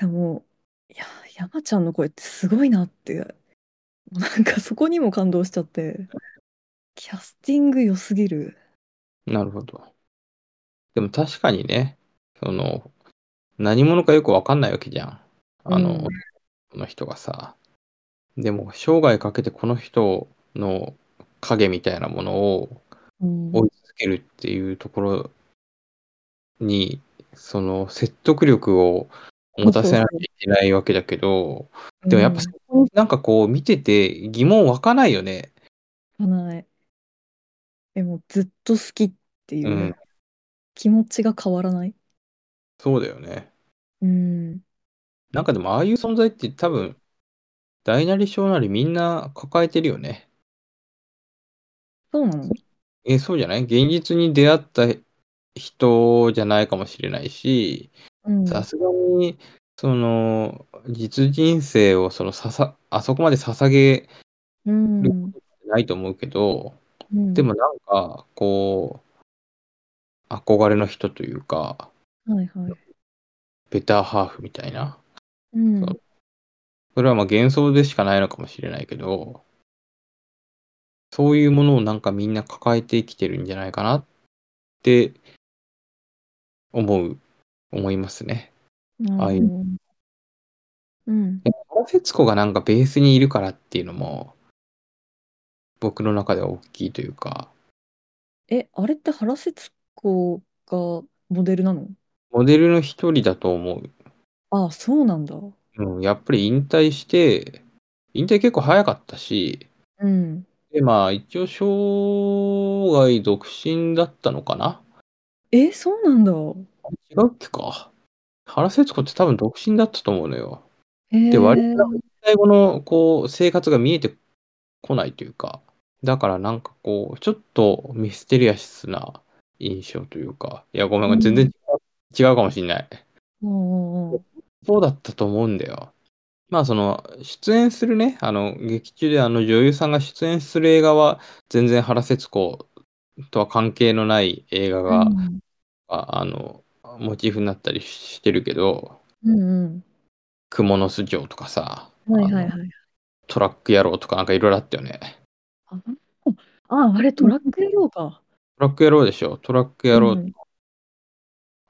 A: やもう、いや、山ちゃんの声ってすごいなって、もうなんかそこにも感動しちゃって、キャスティング良すぎる。
B: なるほど。でも確かにね、その、何者かよくわかんないわけじゃん。あの、
A: うん
B: この人がさ。でも、生涯かけてこの人の影みたいなものを
A: うん
B: 追い続けるっていうところに、その説得力を持たせなきゃいけないわけだけど、でもやっぱそこになんかこう見てて疑問湧かないよね。
A: かない。でもずっと好きっていう、
B: うん
A: 気持ちが変わらない。
B: そうだよね。
A: うん。
B: なんかでもああいう存在って多分、大なり小なりみんな抱えてるよね。
A: そうなの
B: え、そうじゃない現実に出会った人じゃないかもしれないし、
A: うん。
B: さすがに、その、実人生をそのささ、あそこまで捧げ
A: うん。
B: ないと思うけど、
A: うん
B: でもなんか、こ憧れの人というか、
A: はいはい。
B: ベターハーフみたいな。
A: うん。
B: そうそれはまあ幻想でしかないのかもしれないけど、そういうものをなんかみんな抱えてきてるんじゃないかなって思う、思いますね。
A: なるほ
B: ああい
A: ど。うん。
B: 原節子がなんかベースにいるからっていうのも、僕の中では大きいというか、
A: え、あれって原節子がモデルなの
B: モデルの一人だと思う。
A: ああ、そうなんだ。
B: うん、やっぱり引退して、引退結構早かったし、
A: うん。
B: で、まあ一応生涯独身だったのかな
A: え、そうなんだ。
B: 違うっけか。原節子って多分独身だったと思うのよ。
A: へ
B: で、
A: え。
B: 割と最後のこう生活が見えてこないというか、だからなんかこう、ちょっとミステリアスな印象というか、いや、ごめんごめん、全然違う,、違うかもしんない。
A: うんうんうん。
B: そうだったと思うんだよ。まあその出演するね、あの劇中であの女優さんが出演する映画は全然原節子とは関係のない映画が、
A: うん
B: ああのモチーフになったりしてるけど、
A: うん
B: 蜘蛛の巣城とかさ、
A: うん。はいはい
B: あの
A: はい。
B: トラック野郎とかなんかいろいろあったよね。
A: ああ、あれトラック野郎か。
B: トラック野郎でしょ、トラック野郎。
A: うん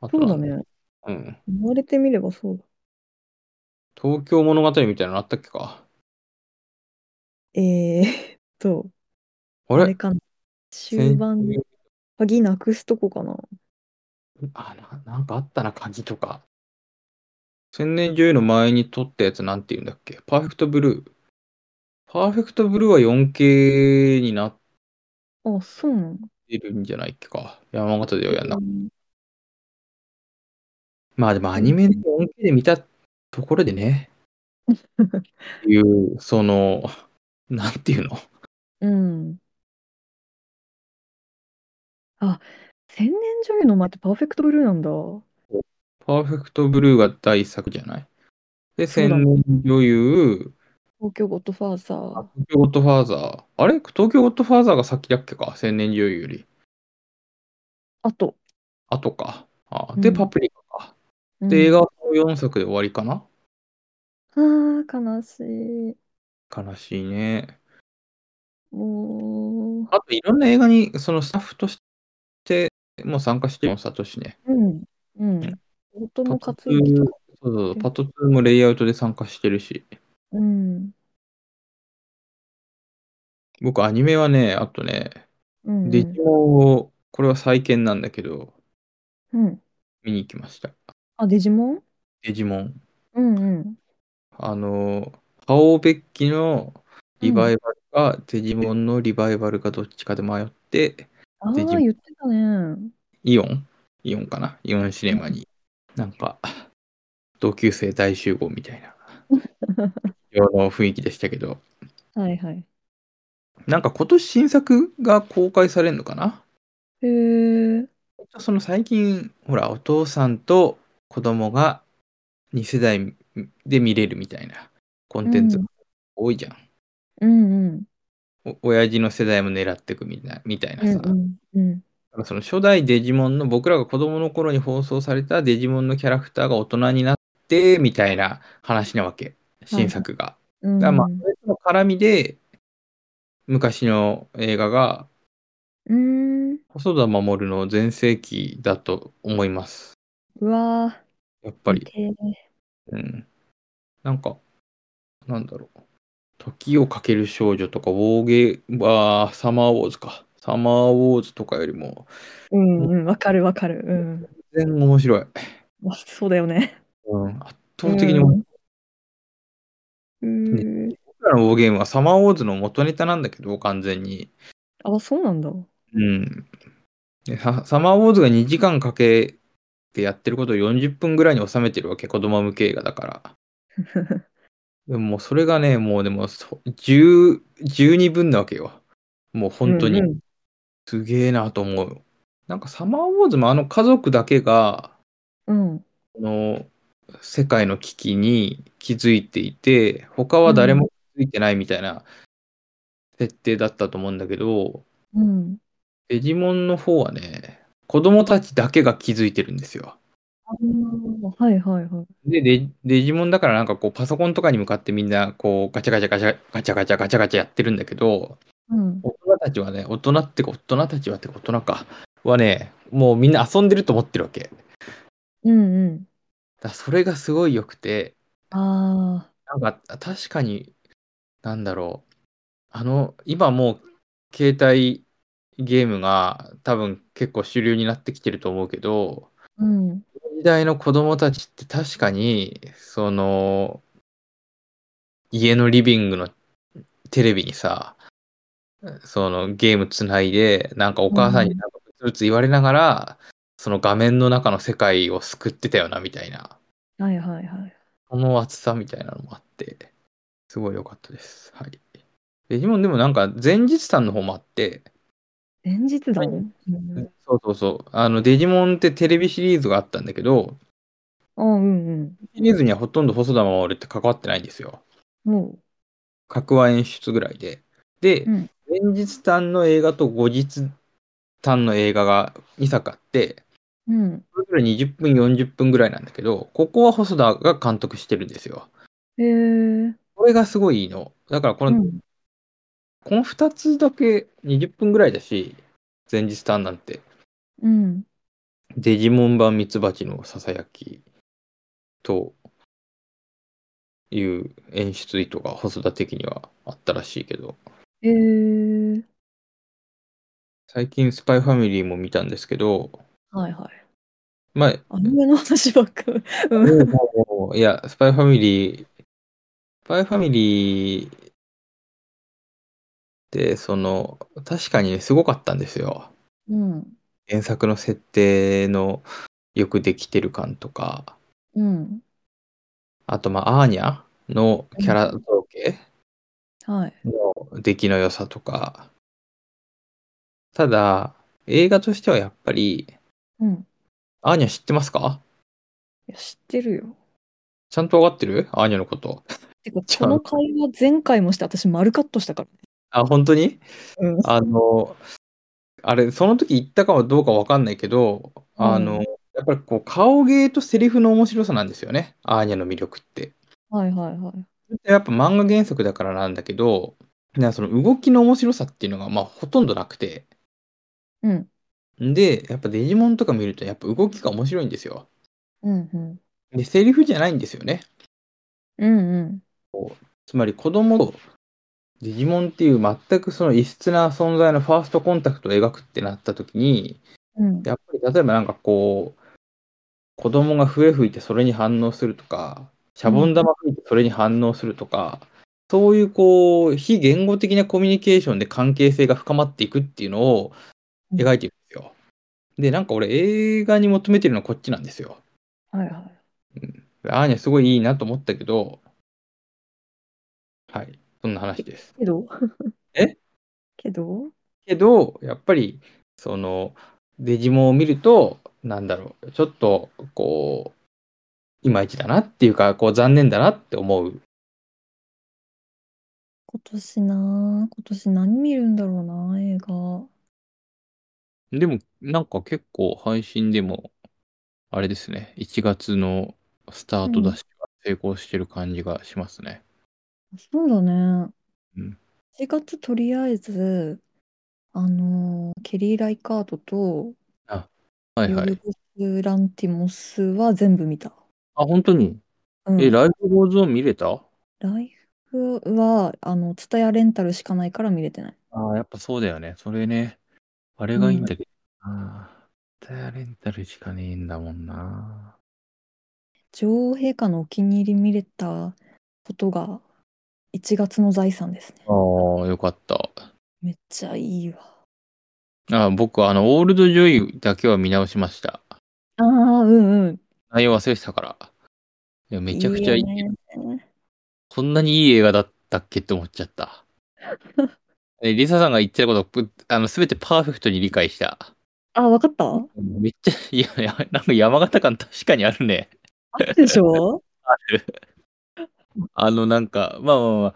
B: あと
A: そうだ
B: なん。
A: ね。
B: うん。
A: 言われてみればそうだ。
B: 東京物語みたいなのあったっけか。
A: えーっと、
B: あ
A: あ
B: れ
A: れかな。終盤
B: 先週
A: 鍵なくすとこかな。
B: あな、なんかあったな、鍵とか。千年女優の前に撮ったやつなんて言うんだっけパーフェクトブルー。パーフェクトブルーは 4K になっ
A: あ、そうなの。
B: てるんじゃないっけか。山形ではやんな。
A: うん
B: まあでもアニメで 4K で見たところで ね。いう、その、なんていうの
A: うん。あ、千年女優の前ってパーフェクトブルーなんだ。
B: パーフェクトブルーが第一作じゃないで、
A: そう
B: 千
A: だね
B: 年女優、
A: 東京ゴッドファーザー。
B: 東京ゴッドファーザー。あれ東京ゴッドファーザーが先だっけか千年女優より。
A: あと、
B: あとか。あ
A: うん
B: で、パプリカか。
A: うん
B: で、映画は4作で終わりかな
A: ああ、悲しい。
B: 悲しいね。
A: も
B: あと、いろんな映画に、そのスタッフとして、もう参加してるもんさ、としね。
A: う、うん、うん。音の
B: パト
A: 活
B: 2
A: 躍とか。
B: そうそうそう、パト2もレイアウトで参加してるし。
A: うん、
B: 僕、アニメはね、あとね、
A: うん、
B: デジモンを、これは再建なんだけど、
A: うん。
B: 見に行きました。
A: あ、デジモン
B: デジモン。
A: うん、うん。
B: あの、ハオベッキのリバイバルか、デジモンのリバイバルかどっちかで迷って、
A: ああ、
B: デジモン
A: 言ってたね。
B: イオンイオンかなイオンシネマに、なんか、同級生大集合みたいな、ような雰囲気でしたけど、
A: はいはい。
B: なんか今年新作が公開されるのかな
A: へえ。
B: その最近、ほら、お父さんと子供が2世代で見れるみたいなコンテンツ
A: うん
B: 多いじゃん。
A: うんうん。
B: お親父の世代も狙ってくみたいなみたいな
A: う
B: さ、
A: んうんうん。
B: だからその初代デジモンの僕らが子供の頃に放送されたデジモンのキャラクターが大人になってみたいな話なわけ新作が。
A: うん
B: だからまあそれとの絡みで昔の映画が
A: うん。
B: 細田守の全盛期だと思います。
A: うわー
B: やっぱ
A: 見
B: り。
A: て
B: うん。なんか、なんだろう。時をかける少女とか、ウォーゲー、あーサマーウォーズか。サマーウォーズとかよりも、
A: うんうん、わかるわかる。うん。
B: 全然面白い。
A: まあそうだよね。
B: うん、圧倒的に面白い
A: うん。うー
B: 僕らのウォーゲームはサマーウォーズの元ネタなんだけど、完全に。
A: あ、そうなんだ。
B: うん。でさサマーウォーズが2時間かけてやってることを40分ぐらいに収めてるわけ、子供向け映画だから。 でももうそれがね、もうでもそ10、12分なわけよ。もう本当に
A: うんうん
B: すげえなと思う。なんかサマーウォーズもあの家族だけが、
A: うん。
B: この世界の危機に気づいていて、他は誰も気づいてないみたいな設定だったと思うんだけど、
A: うん。
B: デジモンの方はね、子供たちだけが気づいてるんですよ。
A: あーはいはいはい。
B: で、デデジモンだからなんかこうパソコンとかに向かってみんなこうガチャガチャガチャガチャガチャガチャガチャやってるんだけど、
A: うん。
B: 大人たちはね、大人ってか大人たちはってか大人か、はね、もうみんな遊んでると思ってるわけ。だか
A: うんうん。
B: らそれがすごい良くて、
A: ああ、
B: なんか確かに、なんだろう。あの、今もう携帯ゲームが多分結構主流になってきてると思うけど、
A: うん。
B: この時代の子供たちって確かに、その、家のリビングのテレビにさ、そのゲームつないで、なんかお母さんになんかブツブツ言われながら、その画面の中の世界を救ってたよな、みたいな。
A: はいはいはい。
B: この厚さみたいなのもあって、すごい良かったです。はい。デジモンでもなんか前日談の方もあって、
A: 前日だね。
B: そうそうそう、あのデジモンってテレビシリーズがあったんだけど、
A: ああ、うんうん。
B: シリーズにはほとんど細田守って関わってないんですよ。
A: も
B: 格話演出ぐらいで。で、
A: うん
B: 前日短の映画と後日短の映画が2作あって、
A: う、うん。
B: それぞれ20分、40分ぐらいなんだけど、ここは細田が監督してるんですよ。
A: へえ。
B: これがすごいいいの。だからこ
A: う
B: の、
A: ん。
B: この2つだけ20分ぐらいだし、前日短なんて。
A: うん。
B: デジモン版ミツバチのささやきという演出意図が細田的にはあったらしいけど。
A: へえ。
B: 最近スパイファミリーも見たんですけど、
A: はいはい。
B: まあ、
A: アニメの話ばっか。うん。
B: もういや、スパイファミリー、スパイファミリーって、その、確かにすごかったんですよ。
A: うん。
B: 原作の設定のよくできてる感とか、
A: うん。
B: あと、まあ、アーニャのキャラ造形
A: はい。
B: の出来の良さとか。ただ、映画としてはやっぱり、
A: うん。
B: アーニャ知ってますか
A: いや、知ってるよ。
B: ちゃんとわかってるアーニャのこと。
A: てか、
B: ちゃ
A: こ
B: ん
A: の会話前回もして、私丸カットしたからね。
B: あ、本当に
A: うん。
B: あの、あれ、その時言ったかはどうかわかんないけど、あの、
A: うん
B: やっぱりこう、顔芸とセリフの面白さなんですよね。アーニャの魅力って。
A: はいはいはい。
B: やっぱ漫画原作だからなんだけど、なその動きの面白さっていうのが、まあ、ほとんどなくて。
A: うん。
B: で、やっぱデジモンとか見ると、やっぱ動きが面白いんですよ。
A: うんうん。
B: で、セリフじゃないんですよね。
A: うんうん。
B: つまり子供とデジモンっていう全くその異質な存在のファーストコンタクトを描くってなった時に、
A: うん。
B: やっぱり例えばなんかこう、子供が笛吹いてそれに反応するとか、シャボン玉吹いてそれに反応するとか、そういうこう、非言語的なコミュニケーションで関係性が深まっていくっていうのを描いてるんですよ。で、なんか俺映画に求めてるのはこっちなんですよ。
A: はいはい。
B: アーニャすごいいいなと思ったけど、はい、そんな話です。
A: けど
B: え
A: けど
B: けど、やっぱり、その、デジモンを見ると、なんだろう、ちょっと、こう、いまいちだなっていうか、こう、残念だなって思う。
A: 今年なあ、今年何見るんだろうな、映画。
B: でも、なんか結構配信でも、あれですね、1月のスタートダッシュが成功してる感じがしますね。
A: そうだね。
B: うん
A: 4月とりあえず、あのーケリー・ライカートと
B: はい
A: ヨ
B: は
A: ル
B: い。
A: ゴス・ランティモスは全部見た。
B: あ、本当に
A: うん、
B: え、ライブゴーズを見れた
A: ライフは、あの、ツタヤレンタルしかないから見れてない。
B: ああ、やっぱそうだよね。それね。あれがいいんだけど。ああ、タイヤレンタルしかねえんだもんな。
A: 女王陛下のお気に入り見れたことが1月の財産ですね。
B: ああ、よかった。
A: めっちゃいいわ。
B: ああ、僕、あの、オールドジョイだけは見直しました。
A: ああ、うんうん。
B: 内容忘れてたから。いや、めちゃくちゃいい。
A: いいよね。
B: こんなにいい映画だったっけって思っちゃった。えリサさんが言ってること、ぶあの、すべてパーフェクトに理解した。
A: あ、わかった
B: めっちゃ、いや、いや なんか山形感確かにあるね。
A: あるでし ょ
B: あの、なんか、まあまあまあ、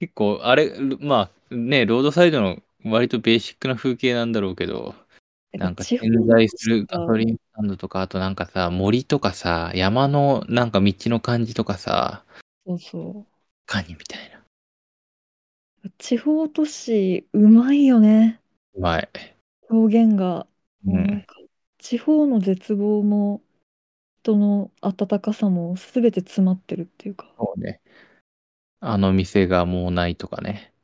B: 結構、あれ、まあね、ロードサイドの割とベーシックな風景なんだろうけど、なんか
A: 地方
B: 点在する
A: とか
B: ガソリンスタンドとか、あとなんかさ、森とかさ、山のなんか道の感じとかさ、
A: そうそ
B: カニみたいな。
A: う。地方都市、うまいよね。
B: うまい。
A: 表現が。
B: う
A: もうなん
B: ん。
A: か地方の絶望も、人の温かさも、すべて詰まってるっていうか。
B: そうね。あの店がもうないとかね。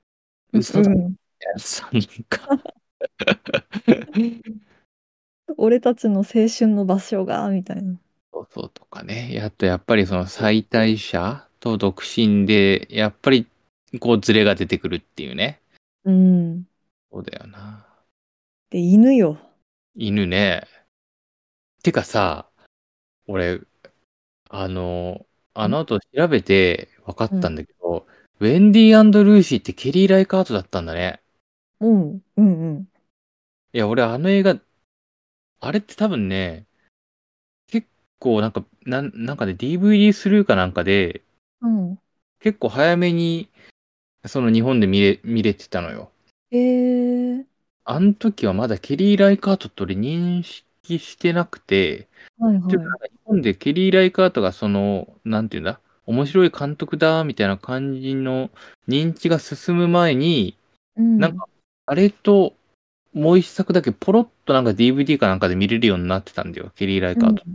B: 嘘だ
A: う
B: み
A: ん
B: たいなさ、なん か。
A: 俺たちの青春の場所が、みたいな。
B: そうそうとかね。あとやっぱりその妻帯者と独身で、やっぱりこうズレが出てくるっていうね。
A: うん。
B: そうだよな。
A: で、犬よ。
B: 犬ね。てかさ、俺、あの、あの後調べて分かったんだけど、ウェンディルーシーってケリー・ライカートだったんだね。
A: うん、うん、うん。
B: いや、俺あの映画、あれって多分ね、結構なんか、なんなんかで DVD スルーかなんかで、
A: うん。
B: 結構早めに、その日本で見れ、見れてたのよ。
A: えー、
B: あの時はまだケリー・ライカートって俺認識してなくて、
A: はい
B: っていうか
A: は
B: なんか日本でケリー・ライカートがその、なんていうんだ、面白い監督だ、みたいな感じの認知が進む前に、
A: い。うん。
B: なんか、あれと、もう一作だけポロッとなんか DVD かなんかで見れるようになってたんだよ、ケリー・ライカートっ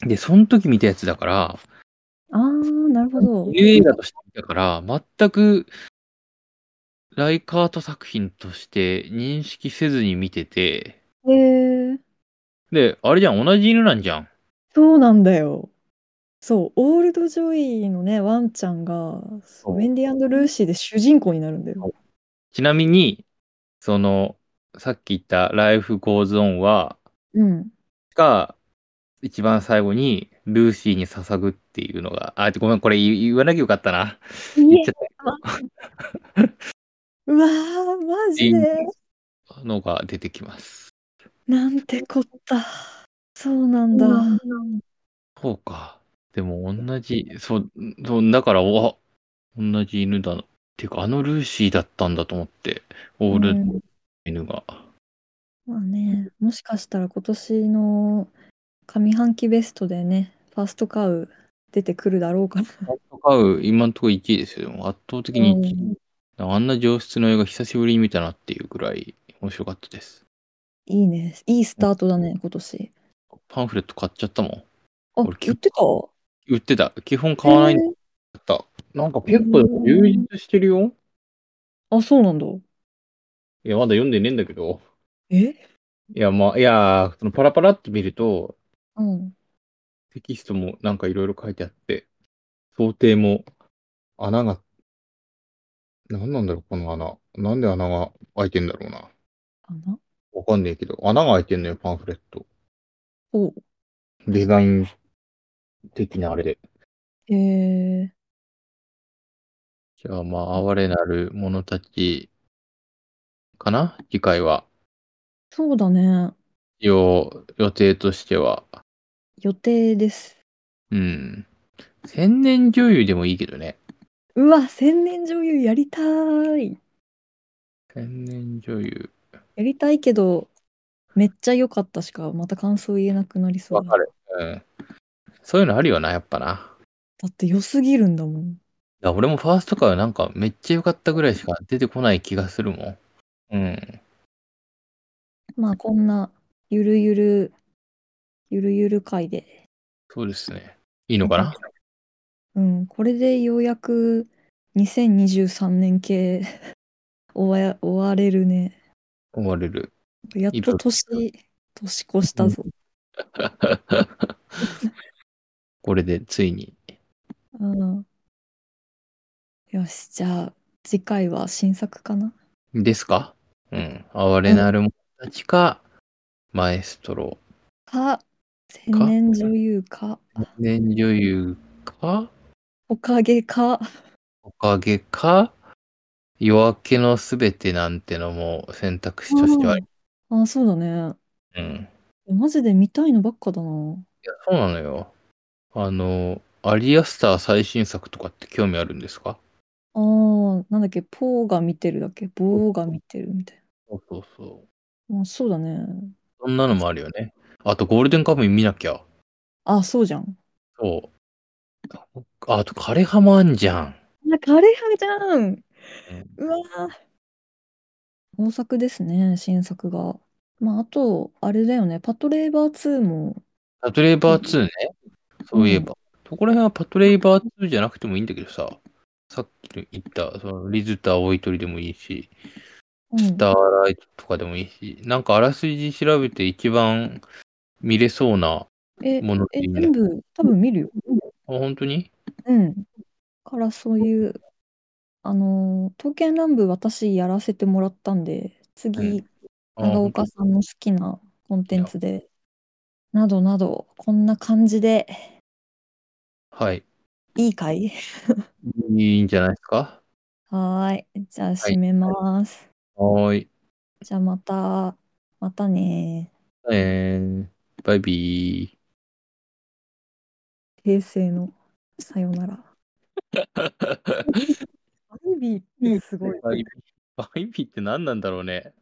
B: て。で、その時見たやつだから、
A: あー、なるほど。
B: ニュー映画として見たから、全く、ライカート作品として認識せずに見てて、
A: えー、
B: で、あれじゃん、同じ犬なんじゃん。
A: そうなんだよ。そう、オールドジョイのね、ワンちゃんが、
B: う
A: ウェンディルーシーで主人公になるんだ
B: は
A: よ。
B: いちなみに、その、さっき言ったライフ・ゴーズ・オンは、
A: うん。
B: が、一番最後に、ルーシーに捧ぐっていうのが、あ、ごめん、これ言言わなきゃよかったな。言っちゃっ
A: うわー、マジ
B: いい
A: で。
B: たのが出てきます。
A: なんてこった。そうなんだ。
B: そうか。でも同じ、そう、そうだから、お同じ犬だな。ていうか、あのルーシーだったんだと思って、オー
A: う
B: ル
A: ん
B: 犬が。
A: まあね、もしかしたら今年の上半期ベストでね、ファーストカウ出てくるだろうから。
B: アットカウ、今のところ1位ですよ。でも圧倒的に1位。あんな上質の映画久しぶりに見たなっていうぐらい面白かったです。
A: いいね。いいスタートだね、今年。
B: パンフレット買っちゃったもん。
A: あ、
B: 俺
A: 言ってた
B: 売ってた。基本買わないんだ
A: え
B: った。なんか結構充実してるよ。
A: ーあ、そうなんだ。
B: いや、まだ読んでねえんだけど。
A: え
B: いや、まあ、いやー、そのパラパラって見ると、
A: うん。
B: テキストもなんかいろいろ書いてあって、想定も穴が、なんなんだろう、この穴。なんで穴が開いてんだろうな。
A: かな
B: わかんねえけど、穴が開いてんのよ、パンフレット。
A: お、
B: デザイン的なあれで。
A: えー、
B: じゃあ、まあ、哀れなる者たち、かな次回は。
A: そうだね。
B: 一応、予定としては。
A: 予定です。
B: うん。千年女優でもいいけどね。
A: うわ、千年女優やりたい。
B: 千年女優。
A: やりたいけど、めっちゃ良かったしか、また感想言えなくなりそう
B: わ
A: だ。
B: かる。うん。そういうのあるよな、やっぱな。だか
A: だって良すぎるんだもん。
B: ら俺もファーストカーなんかめっちゃ良かったぐらいしか出てこない気がするもん。うん。
A: まあ、こんな、ゆるゆる、ゆるゆる回で。
B: そうですね。いいのかな
A: うん、これでようやく2023年系 終わ、終われるね。
B: 思われる。
A: やっと年、年越したぞ。
B: これでついに。
A: うん。よし、じゃあ、次回は新作かな
B: ですかうん。哀れなる者たちか、マエストロ。
A: か、千年女優か、
B: 千年女優か、
A: おかげか、
B: おかげか、夜明けのすべてなんてのも選択肢としてはあり
A: あ、そうだね。
B: うん。
A: マジで見たいのばっかだな。
B: そうなのよ。あの、アリアスター最新作とかって興味あるんですか
A: ああ、なんだっけ、ポーが見てるだっけ、ボーが見てるみたいな。
B: そうそうそう。
A: あ、そうだね。
B: そんなのもあるよね。あと、ゴールデンカムイ見なきゃ。
A: あ、そうじゃん。
B: そう。ああと、枯葉もあんじゃん。
A: あ、枯葉じゃん。うわー豊作ですね、新作が。まあ、あと、あれだよね、パトレーバー2も。
B: パトレイバー2ね。そういえば。そこら辺はパトレイバー2じゃなくてもいいんだけどさ。さっき言った、そのリズタ青い鳥でもいいし、
A: うん
B: スターライトとかでもいいし、なんかあらすじ調べて一番見れそうな
A: え、
B: もの
A: え、
B: でいいんだけ
A: 全
B: ど。
A: 部、多分見るよ。
B: あ本当に
A: うん。から、そういう、あのー、刀剣乱舞、私、やらせてもらったんで、
B: う
A: 次、
B: あ
A: 長
B: 本当
A: 岡さんの好きなコンテンツで、などなど、こんな感じで、
B: はい。
A: いいかい
B: いいんじゃないですか
A: はーい。じゃあ、締めます。
B: はーい。
A: じゃあ、また、またね
B: えー、バイビー。
A: ー。平成の、さよ なら。バイビーってすごい。
B: バイビー。バイビーって何なんだろうね。